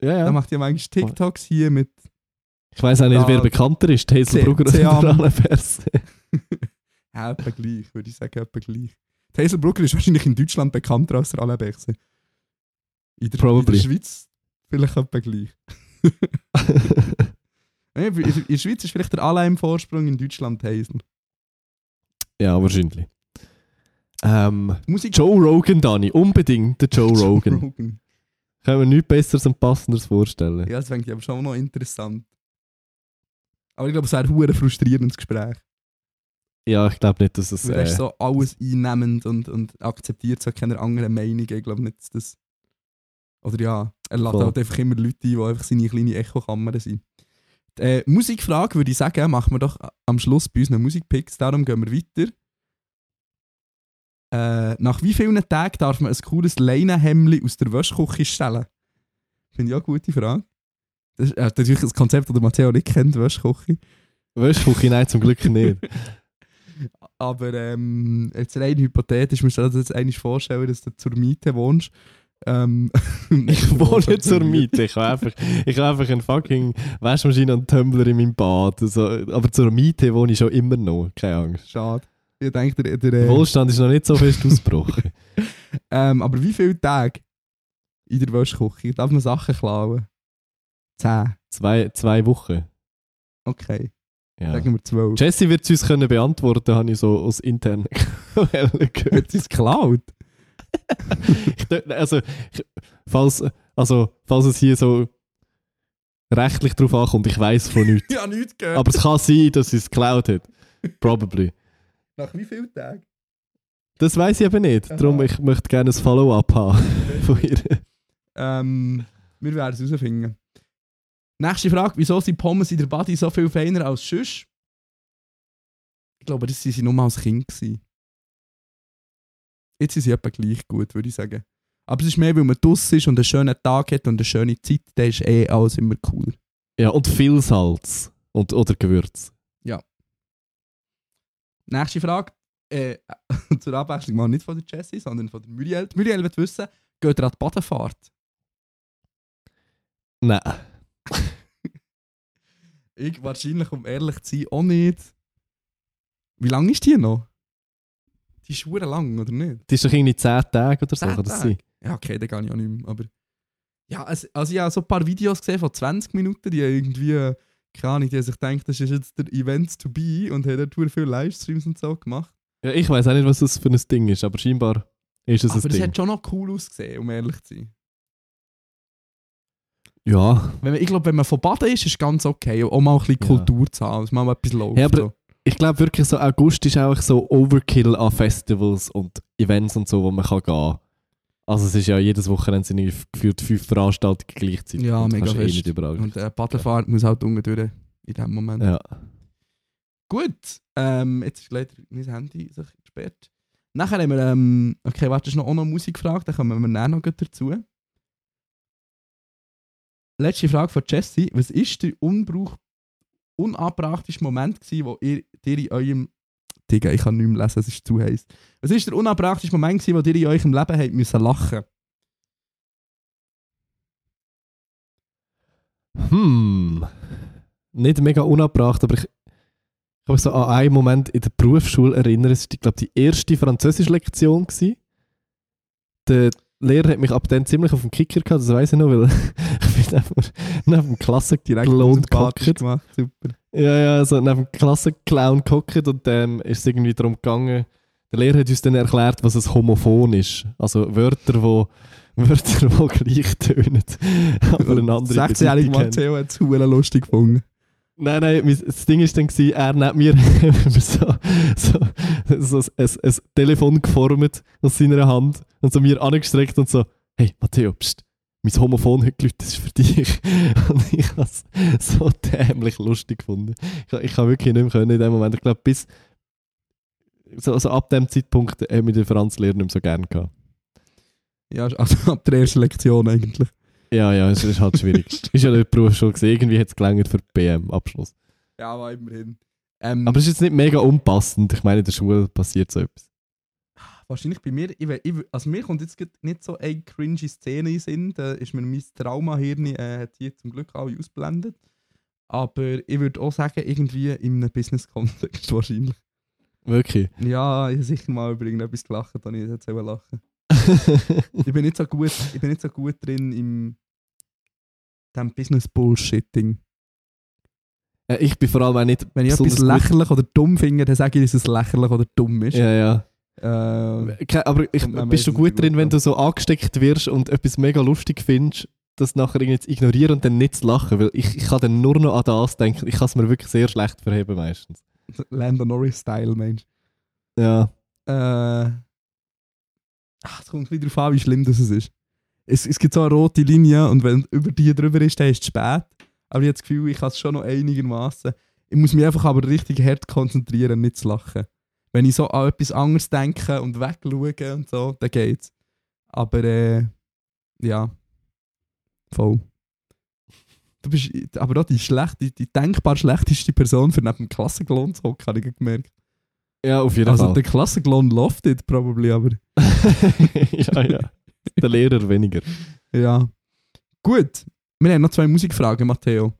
C: Ja,
E: Der
C: ja.
E: macht ja manchmal TikToks hier mit
C: Ich weiß auch nicht,
E: Ja.
C: wer bekannter ist. Die Haselbrugger
E: C-
C: oder
E: CM.
C: alle Verse.
E: Ja, etwa gleich, würde ich sagen, etwa gleich. Der Haselbrugger ist wahrscheinlich in Deutschland bekannter als der Alain Berse. In der, in der
C: Probably.
E: Schweiz vielleicht etwa gleich. Ja, In in der Schweiz ist vielleicht der Alain im Vorsprung, in Deutschland Hazel.
C: ja, wahrscheinlich. Ähm,
E: Musik
C: Joe Rogan, Dani. Unbedingt der Joe Rogan. Können wir nichts Besseres und Passenderes vorstellen.
E: Ja, das fände ich aber schon noch interessant. Aber ich glaube, es wäre ein frustrierendes Gespräch.
C: Ja, ich glaube nicht, dass es.
E: Du wärst
C: Äh,
E: so alles einnehmend und, und akzeptiert so keine andere Meinung. Ich glaube nicht, dass das Oder ja, er lädt
C: Voll.
E: halt einfach immer Leute ein, die einfach seine kleine Echokammer sind. Die äh, Musikfrage würde ich sagen, machen wir doch am Schluss bei unseren Musikpicks. Darum gehen wir weiter. Äh, nach wie vielen Tagen darf man ein cooles Leinenhemdli aus der Wäschküche stellen? Finde ich auch eine gute Frage. Das ist äh, natürlich ein Konzept, das Matteo nicht kennt, Wäschküche.
C: Weißt du, Küche? Nein, zum Glück nicht.
E: Aber ähm, jetzt rein hypothetisch, wir stellen uns jetzt einmal vorstellen, dass du zur Miete wohnst. Ähm,
C: Ich wohne zur Miete. Ich habe einfach, ich habe einfach einen fucking Waschmaschine und einen Tumbler in meinem Bad. Also, aber zur Miete wohne ich schon immer noch. Keine Angst.
E: Schade. Ich denke, der, der,
C: Der
E: äh,
C: Wohlstand ist noch nicht so fest ausgebrochen.
E: ähm, aber wie viele Tage in der Wäschküche darf man Sachen klauen? Zehn.
C: Zwei, zwei Wochen.
E: Okay,
C: Ja.
E: sagen wir zwölf.
C: Jesse wird es uns können beantworten, habe ich so aus internen Quellen gehört.
E: Hat sie es geklaut?
C: Ich dö- Also, ich, falls, also, falls es hier so rechtlich drauf ankommt, ich weiß von nichts.
E: Ja, nichts gehört.
C: Aber es kann sein, dass sie es geklaut hat. Probably.
E: Nach wie vielen Tagen?
C: Das weiß ich eben nicht. Darum
E: Aha.
C: ich möchte gerne ein Follow-up haben von ihr.
E: Ähm, wir werden es herausfinden. Nächste Frage: Wieso sind Pommes in der Body so viel feiner als Schüsch? Ich glaube, das waren sie nur mal als Kind. Gewesen. Jetzt sind sie etwa gleich gut, würde ich sagen. Aber es ist mehr, weil man draußen ist und einen schönen Tag hat und eine schöne Zeit, dann ist eh alles immer cooler.
C: Ja, und viel Salz und, oder Gewürz.
E: Nächste Frage. Äh, zur Abwechslung mal nicht von der Jessie, sondern von der Muriel. Die Muriel will wissen, geht ihr an die Badenfahrt?
C: Nein.
E: Ich wahrscheinlich, um ehrlich zu sein, auch nicht. Wie lange ist die noch? Die ist hure lang, oder nicht?
C: Das ist doch irgendwie 10 Tage oder so,
E: 10
C: kann das
E: Tage?
C: sein?
E: Ja, okay, dann kann ich auch nicht mehr. Aber ja, also, also ich habe so ein paar Videos gesehen von 20 Minuten, die irgendwie, äh, keine Ahnung, die haben sich gedacht, das ist jetzt der Event to be und haben dort hure viele Livestreams und so gemacht.
C: Ja, ich weiß auch nicht, was das für ein Ding ist, aber scheinbar ist es
E: aber
C: ein
E: es
C: Ding.
E: hat schon noch cool ausgesehen, um ehrlich zu sein.
C: Ja.
E: Wenn man, ich glaube, wenn man von Baden ist, ist es ganz okay, auch mal ein bisschen
C: Ja.
E: Kultur zu haben, dass man mal etwas läuft.
C: Ja, aber-
E: so.
C: Ich glaube wirklich, so August ist auch so Overkill an Festivals und Events und so, wo man kann gehen kann. Also es ist ja jedes Wochenende sind irgendwie gefühlt fünf Veranstaltungen gleichzeitig.
E: Ja,
C: und du
E: mega
C: kannst eh
E: fest.
C: nicht überall.
E: Und äh, Badenfahrt muss halt unten in dem Moment.
C: ja.
E: Gut, ähm, jetzt ist leider mein Handy sich gesperrt. Nachher haben wir, ähm, okay, warte, ist noch auch noch Musik gefragt, dann kommen wir dann noch gleich dazu. Letzte Frage von Jesse. Was ist der unbrauch unabbrachteste Moment gewesen, wo ihr, dir in eurem... Digga, ich kann nicht mehr lesen, es ist zu heiß. Was ist der unabbrachteste Moment gewesen, wo dir in eurem Leben habt müssen lachen?
C: Hm. Nicht mega unabbracht, aber ich ich kann mich so an einen Moment in der Berufsschule erinnern. Es war, glaube ich, die erste Französischlektion. gewesen. Der Lehrer hat mich ab dann ziemlich auf den Kicker gehabt, das weiß ich noch, weil ich bin einfach neben dem Klassenclown
E: unsympathisch
C: gehockt.
E: gemacht, super.
C: Ja, ja, also neben dem Klassenclown gehockt und dann ist es irgendwie darum gegangen, der Lehrer hat uns dann erklärt, was ein Homophon ist. Also Wörter, wo, Wörter, wo gleich tönen, aber eine andere
E: 16-jährige
C: Bedeutung haben.
E: Also, Matteo hat es verdammt lustig gefunden.
C: Nein, nein, mein- das Ding war dann, gewesen, er neben mir hat so, so, so ein, ein, ein Telefon geformt aus seiner Hand und so mir angestreckt und so, hey Matteo, pst, mein Homophon heute geläutet, das ist für dich. Und ich habe es so dämlich lustig gefunden. Ich, ich habe wirklich nicht mehr können in dem Moment. Ich glaube, bis so, also ab dem Zeitpunkt hat mich der Franzlehrer nicht mehr so gern gehabt.
E: Ja, also ab der ersten Lektion eigentlich.
C: Ja, ja, es ist halt schwierig. ist ja nicht Berufsschule gewesen. Irgendwie hat es gelangt für BM-Abschluss.
E: Ja, aber immerhin. Ähm,
C: Aber es ist jetzt nicht mega unpassend. Ich meine, in der Schule passiert so etwas.
E: wahrscheinlich bei mir, ich, we- ich, we- also mir kommt jetzt grad nicht so eine cringy Szene in den Sinn, da ist mir mein Traumahirn äh, hat hier zum Glück alle ausblendet. Aber ich würde auch sagen, irgendwie in einem Business-Kontext wahrscheinlich.
C: Wirklich.
E: Ja, ich habe sicher mal über irgendetwas gelacht, da habe ich jetzt selber lachen. Ich bin nicht so gut, ich bin nicht so gut drin im dem Business-Bullshitting.
C: Äh, ich bin vor allem auch nicht.
E: Wenn ich etwas
C: besonders gut-
E: lächerlich oder dumm finde, dann sage ich, dass es lächerlich oder dumm ist.
C: Ja, ja.
E: Ähm,
C: Ke- Aber ich,
E: Und man
C: bist du
E: weiss
C: gut
E: nicht so
C: drin,
E: gut,
C: wenn du so angesteckt wirst und etwas mega lustig findest, das nachher irgendwie zu ignorieren und dann nicht zu lachen? Weil ich, ich kann dann nur noch an das denken. Ich kann es mir wirklich sehr schlecht verheben meistens.
E: Lando Norris-Style, Mensch.
C: Ja.
E: Äh. Ach, es kommt wieder darauf an, wie schlimm das ist. es, es gibt so eine rote Linie und wenn über die drüber ist, dann ist es spät. Aber ich habe das Gefühl, ich kann es schon noch einigermaßen. Ich muss mich einfach aber richtig hart konzentrieren, nicht zu lachen. Wenn ich so an etwas anderes denke und wegschaue und so, dann geht's. Aber äh, ja, voll. Du bist aber auch die, schlechte, die denkbar schlechteste Person für neben dem Klassengelon zu hocken, habe ich gemerkt.
C: Ja, auf jeden
E: Also
C: Fall.
E: der Klassengelon läuft it probably, aber
C: ja, ja. Der Lehrer weniger.
E: ja. Gut, wir haben noch zwei Musikfragen, Matteo.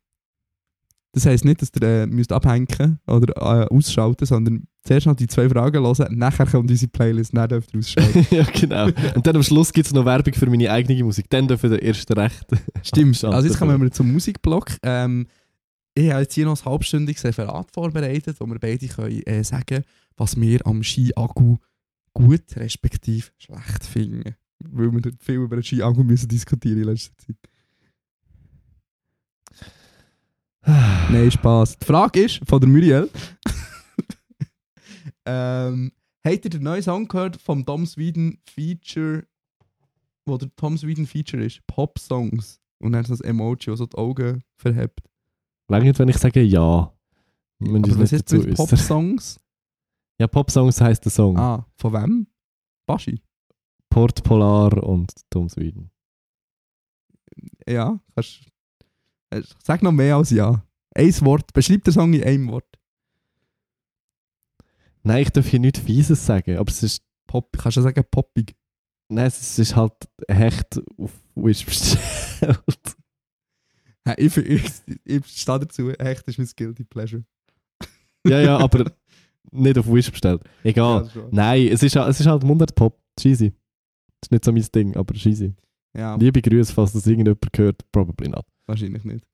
E: Das heisst nicht, dass ihr äh, müsst abhängen oder äh, ausschalten, sondern zuerst noch die zwei Fragen hören, nachher kommt unsere Playlist, dann dürft ihr ausschalten.
C: ja, genau. Und dann am Schluss gibt es noch Werbung für meine eigene Musik. Dann dürfen wir erst recht.
E: Stimmt.
C: Abschalten.
E: Also jetzt kommen wir zum Musikblock. Ähm, ich habe jetzt hier noch ein halbstündiges Referat vorbereitet, wo wir beide können, äh, sagen was wir am Ski-Agu gut respektive schlecht finden. Weil wir viel über den Ski-Agu müssen diskutieren in letzter Zeit. Nein, Spaß. Die Frage ist von der Muriel. ähm, habt ihr den neuen Song gehört vom Tom Sweden Feature, wo der Tom Sweden Feature ist? Pop-Songs. Und dann ist das Emoji, das so die Augen verhebt.
C: Lange, wenn ich sage ja. Wir müssen
E: Aber
C: uns
E: was
C: nicht
E: ist
C: dazu Oh.
E: mit
C: äußern.
E: Pop-Songs?
C: Ja, Popsongs heisst der Song.
E: Ah, von wem? Baschi?
C: Port Polar und Tom Sweden.
E: Ja, kannst... äh, Sag noch mehr als ja. Ein Wort. Beschreib den Song in einem Wort.
C: Nein, ich darf hier nichts Fieses sagen, aber es ist,
E: Pop. Kannst du sagen poppig?
C: nein, es ist halt Hecht auf Wish bestellt.
E: Hä, Ich, ich, ich stehe dazu. Echt, das ist mein Guilty Pleasure.
C: ja, ja, aber nicht auf Wish bestellt.
E: Ja,
C: Egal.
E: das ist wahr.
C: Nein, es ist, es ist halt Mundart-Pop. Cheesy. Das ist nicht so mein Ding, aber cheesy.
E: ja
C: Liebe Grüße, falls das irgendjemand hört, probably not.
E: wahrscheinlich nicht.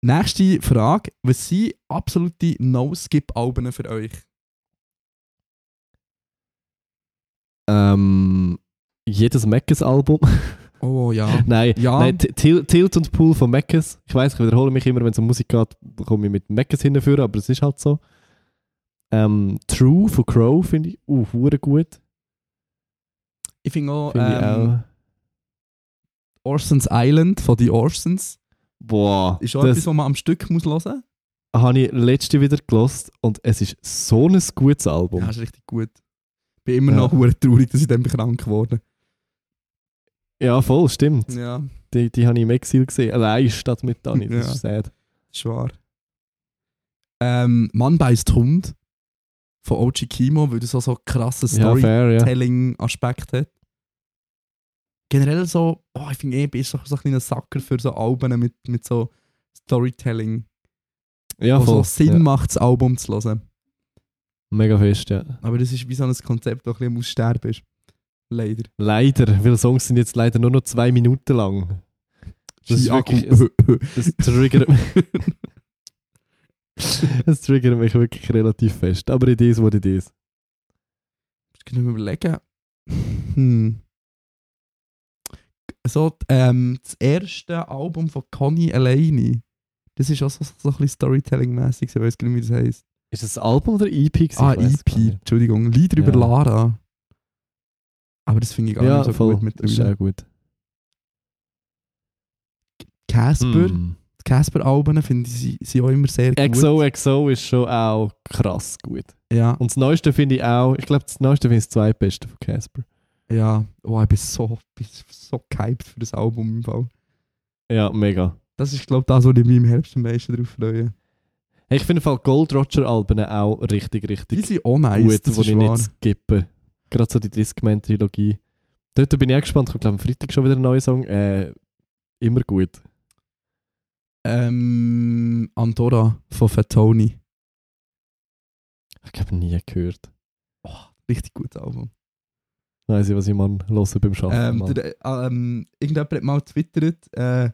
E: Nächste Frage. Was sind absolute No-Skip-Alben für euch?
C: Ähm, jedes Meckes-Album.
E: Oh ja.
C: Nein,
E: Ja.
C: nein T- Til- Tilt und Pool von Meckes. Ich weiß, ich wiederhole mich immer, wenn es um Musik geht, komme ich mit Meckes hinführen, aber es ist halt so. Ähm, True von Crow finde ich uh, hure gut.
E: Ich finde auch,
C: Finde ich
E: ähm,
C: auch.
E: Orsons Island von The Orsons.
C: Boah,
E: Ist auch
C: das
E: etwas, was man am Stück muss hören
C: habe ich letzte wieder gelost und es ist so ein gutes
E: muss.
C: Album.
E: Ja, ist richtig gut. bin immer
C: Ja.
E: noch hure traurig, dass ich dann krank geworden
C: Ja, voll, stimmt.
E: Ja,
C: Die, die habe ich im Exil gesehen, allein statt mit Dani. Das
E: Ja.
C: ist sad.
E: ist wahr. Ähm, Mann beißt Hund von Oji Kimo, weil das auch so krasses
C: Ja,
E: Story
C: fair, ja.
E: Storytelling-Aspekt hat. Generell so, oh, ich finde eh, bist so, so ein kleiner Sacker für so Alben mit, mit so Storytelling,
C: Ja,
E: wo so
C: voll.
E: Sinn
C: Ja.
E: macht, das Album zu hören.
C: Mega fest, ja.
E: Aber das ist wie so ein Konzept, das ein bisschen am Aussterben ist. Leider.
C: Leider, weil Songs sind jetzt leider nur noch zwei Minuten lang. Das ist
E: Ski-Akku.
C: wirklich- Das triggert mich. Es triggert mich wirklich relativ fest. Aber it is what it is.
E: Ich kann mir überlegen. Hm. So, ähm, das erste Album von Conny Alleini. Das ist auch so, so ein bisschen Storytelling-mässig, ich weiß gar nicht, wie das heisst.
C: Ist das Album oder EP? gewesen?
E: ah,
C: Ich weiss
E: EP,
C: gar nicht.
E: Entschuldigung. Lieder über
C: Ja.
E: Lara. Aber das finde ich gar
C: Ja,
E: nicht so
C: voll.
E: gut mit
C: das ist auch gut.
E: Casper.
C: Hm.
E: Die Casper-Alben finde ich sie- sind auch immer sehr gut.
C: XOXO ist schon auch krass gut.
E: Ja,
C: Und das Neueste finde ich auch, ich glaube, das Neueste finde ich das zweitbeste von Casper.
E: ja. Oh, ich bin so, bin so gehypt für das Album im Fall.
C: Ja, mega.
E: Das ist, glaube ich, das, wo ich mich im Herbst am meisten drauf freue.
C: Hey, ich finde im Fall Gold Roger Alben auch richtig,
E: Die
C: richtig
E: sind auch nice.
C: gut,
E: das
C: wo
E: ist
C: ich
E: wahr.
C: nicht skippe. Gerade so die Discman-Trilogie. Dort bin ich auch gespannt. Ich glaube, am Freitag schon wieder ein neuer Song. Äh, immer gut.
E: Ähm, Andorra von Fatoni.
C: Ich glaube, nie gehört.
E: Richtig gutes Album.
C: Weiss ich, was ich mal höre beim Schaffen.
E: Ähm,
C: Mann.
E: der, äh, ähm, irgendjemand hat mal twittert, äh,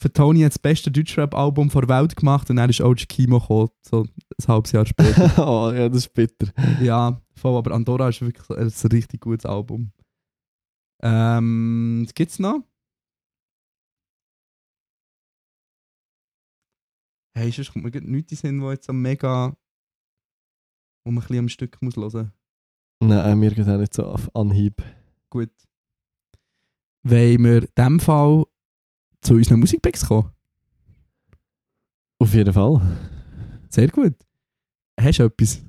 E: Fatoni hat das beste Deutschrap-Album der Welt gemacht und dann ist OG Kimo gekommen, so ein halbes Jahr später.
C: oh, ja, das ist bitter.
E: ja, voll, aber Andorra ist wirklich so- ein richtig gutes Album. Ähm, was gibt's noch? Hey, sonst kommt mir grad nichts in den Sinn, wo jetzt so mega... wo man ein bisschen am Stück muss hören muss.
C: äh, Nein, mir geht auch nicht so auf Anhieb.
E: Gut. wollen wir in diesem Fall zu unseren Musikpicks kommen.
C: Auf jeden Fall.
E: Sehr gut. Hast du etwas?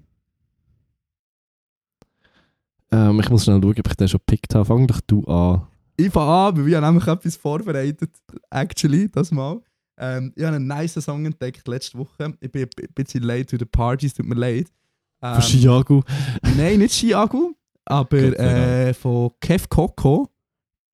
C: Ähm, ich muss schnell schauen, ob ich den schon gepickt habe. Fang doch du an.
E: Ich fange an, weil wir haben nämlich etwas vorbereitet, actually, das Mal. Ähm, ich habe einen nice Song entdeckt letzte Woche. Ich bin ein bisschen late to the parties, tut mir leid. Ähm,
C: Von Chiago.
E: Nein, nicht Chiago,
C: Gott
E: aber
C: sei Dank.
E: äh, von Kev Koko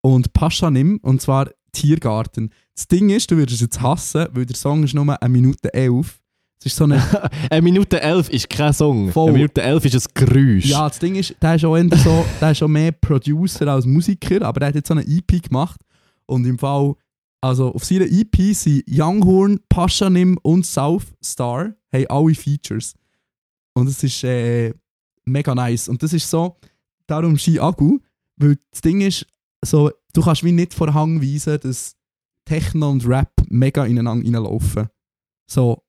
E: und Pascha Nim, und zwar Tiergarten. Das Ding ist, du würdest es jetzt hassen, weil der Song ist nur 1 Minute 11. Es ist so eine...
C: Eine Äh, Minute elf ist kein Song.
E: Voll.
C: Eine Minute elf ist ein Geräusch.
E: ja, das Ding ist, der ist auch, eher so, der ist auch mehr Producer als Musiker, aber der hat jetzt so eine EP gemacht und im Fall... Also auf seiner EP sind Younghorn, Pascha Nim und South Star haben alle Features. Und es ist äh, mega nice. Und das ist so, darum Ski Agu, weil das Ding ist, so, du kannst wie nicht vor Hang weisen, dass Techno und Rap mega ineinander reinlaufen. So,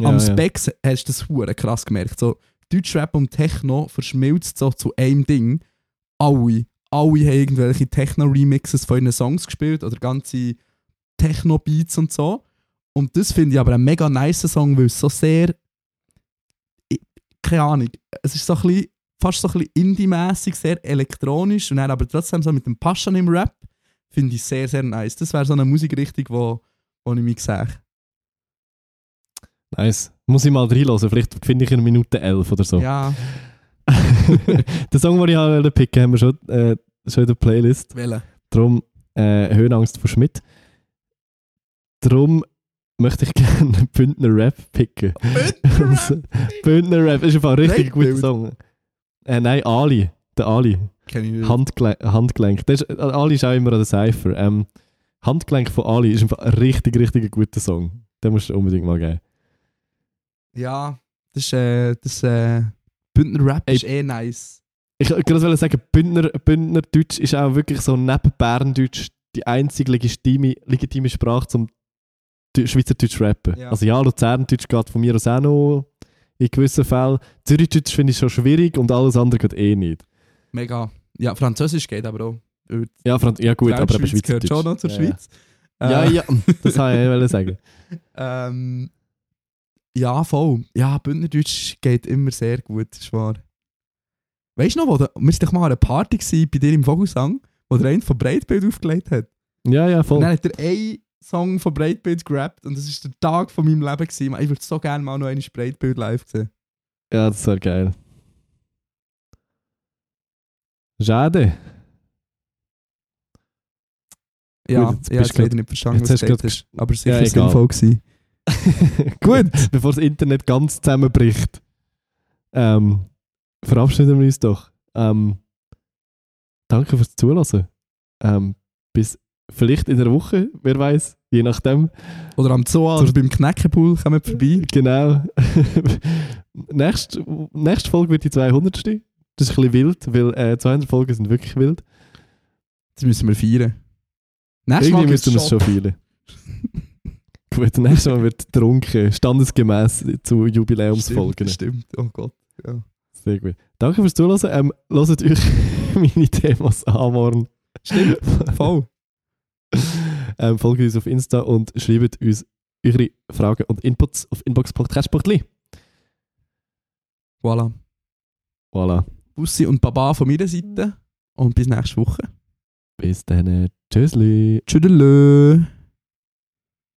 C: Ja,
E: am
C: ja.
E: Specs hast du das hure krass gemerkt. So, Deutschrap und Techno verschmilzt so zu einem Ding. Alle, alle haben irgendwelche Techno-Remixes von ihren Songs gespielt oder ganze Techno-Beats und so. Und das finde ich aber einen mega nice Song, weil es so sehr. Ich- Keine Ahnung. Es ist so ein bisschen, fast so ein bisschen indie-mässig, sehr elektronisch und dann aber trotzdem so mit dem Passion im Rap. Finde ich sehr, sehr nice. Das wäre so eine Musikrichtung, wo, wo ich mich sehe.
C: Nice. Muss ich mal reinhören. Vielleicht finde ich eine Minute elf oder so.
E: Ja,
C: den Song, den ich habe picken, haben wir schon, äh, schon in der Playlist.
E: wählen.
C: Darum äh, Höhenangst von Schmidt. Darum möchte ich gerne Bündner Rap picken. Bündner Rap ist einfach ein richtig
E: Nein,
C: guter
E: Bild.
C: Song. Äh, nein, Ali. Der Ali.
E: Kenn ich nicht.
C: Handgelenk. Handgelenk. Das ist, äh, Ali ist auch immer an der Cypher. Ähm, Handgelenk von Ali ist einfach ein richtig, richtig guter Song. Den musst du unbedingt mal geben.
E: Ja, das ist. Äh, das äh, Bündner Rap
C: Ey.
E: ist eh nice.
C: Ich wollte gerade sagen, Bündner, Bündnerdeutsch ist auch wirklich so neben Berndeutsch die einzige legitime, legitime Sprache zum Deu- Schweizerdeutsch rappen.
E: Ja.
C: Also ja, Luzerndeutsch geht von mir aus auch noch in gewissen Fällen. Zürichdeutsch finde ich schon schwierig und alles andere geht eh nicht.
E: Mega. Ja, Französisch geht aber auch. Über die
C: Ja, Franz ja gut, aber eben
E: Schweiz gehört
C: Schweizerdeutsch.
E: schon noch zur
C: ja,
E: Schweiz.
C: Ja, ja,
E: Äh,
C: ja das wollte ich eh sagen.
E: Ähm, ja, voll. Ja, Bündnerdeutsch geht immer sehr gut, ist wahr. Weißt du noch, wo der, wir waren doch mal an einer Party gewesen, bei dir im Vogelsang, wo der einen von Breitbild aufgelegt hat.
C: Oh. Ja, ja,
E: Und
C: voll.
E: dann hat er einen Song von Breitbild gerappt und das war der Tag von meinem Leben. Gewesen. Mann, Ich würde so gerne mal noch eine Breitbild live sehen.
C: Ja, das wäre geil. Schade.
E: Ja,
C: Gut, jetzt
E: ja jetzt
C: bist
E: habe ich
C: grad-
E: nicht verstanden,
C: jetzt
E: was
C: hast
E: du
C: grad
E: gesagt hast. Aber sicher
C: Ja, egal.
E: sinnvoll gewesen. Gut.
C: Bevor das Internet ganz zusammenbricht, ähm, verabschieden wir uns doch. Ähm, danke fürs Zuhören. Ähm, bis vielleicht in der Woche, wer weiß, je nachdem.
E: Oder am Zoo
C: also
E: oder beim Knäckepool kommen wir vorbei.
C: Genau. nächste, nächste Folge wird die 200. Das ist ein bisschen wild, weil äh, 200 Folgen sind wirklich wild.
E: Das müssen wir feiern. Nächstes Mal
C: Irgendwie
E: gibt's
C: müssen wir es schon feiern. Gut, nächstes Mal wird getrunken, standesgemäß zu Jubiläumsfolgen.
E: Stimmt, Stimmt, oh Gott.
C: Sehr gut. Danke fürs Zuhören. Ähm, hört euch meine Themas an morgen.
E: Stimmt, voll.
C: Ähm, folgt uns auf Insta und schreibt uns eure Fragen und Inputs auf inbox.cash.li.
E: Voilà.
C: Voilà.
E: Bussi und Baba von meiner Seite und bis nächste Woche.
C: Bis dann. Tschüssli.
E: Tschüdelö.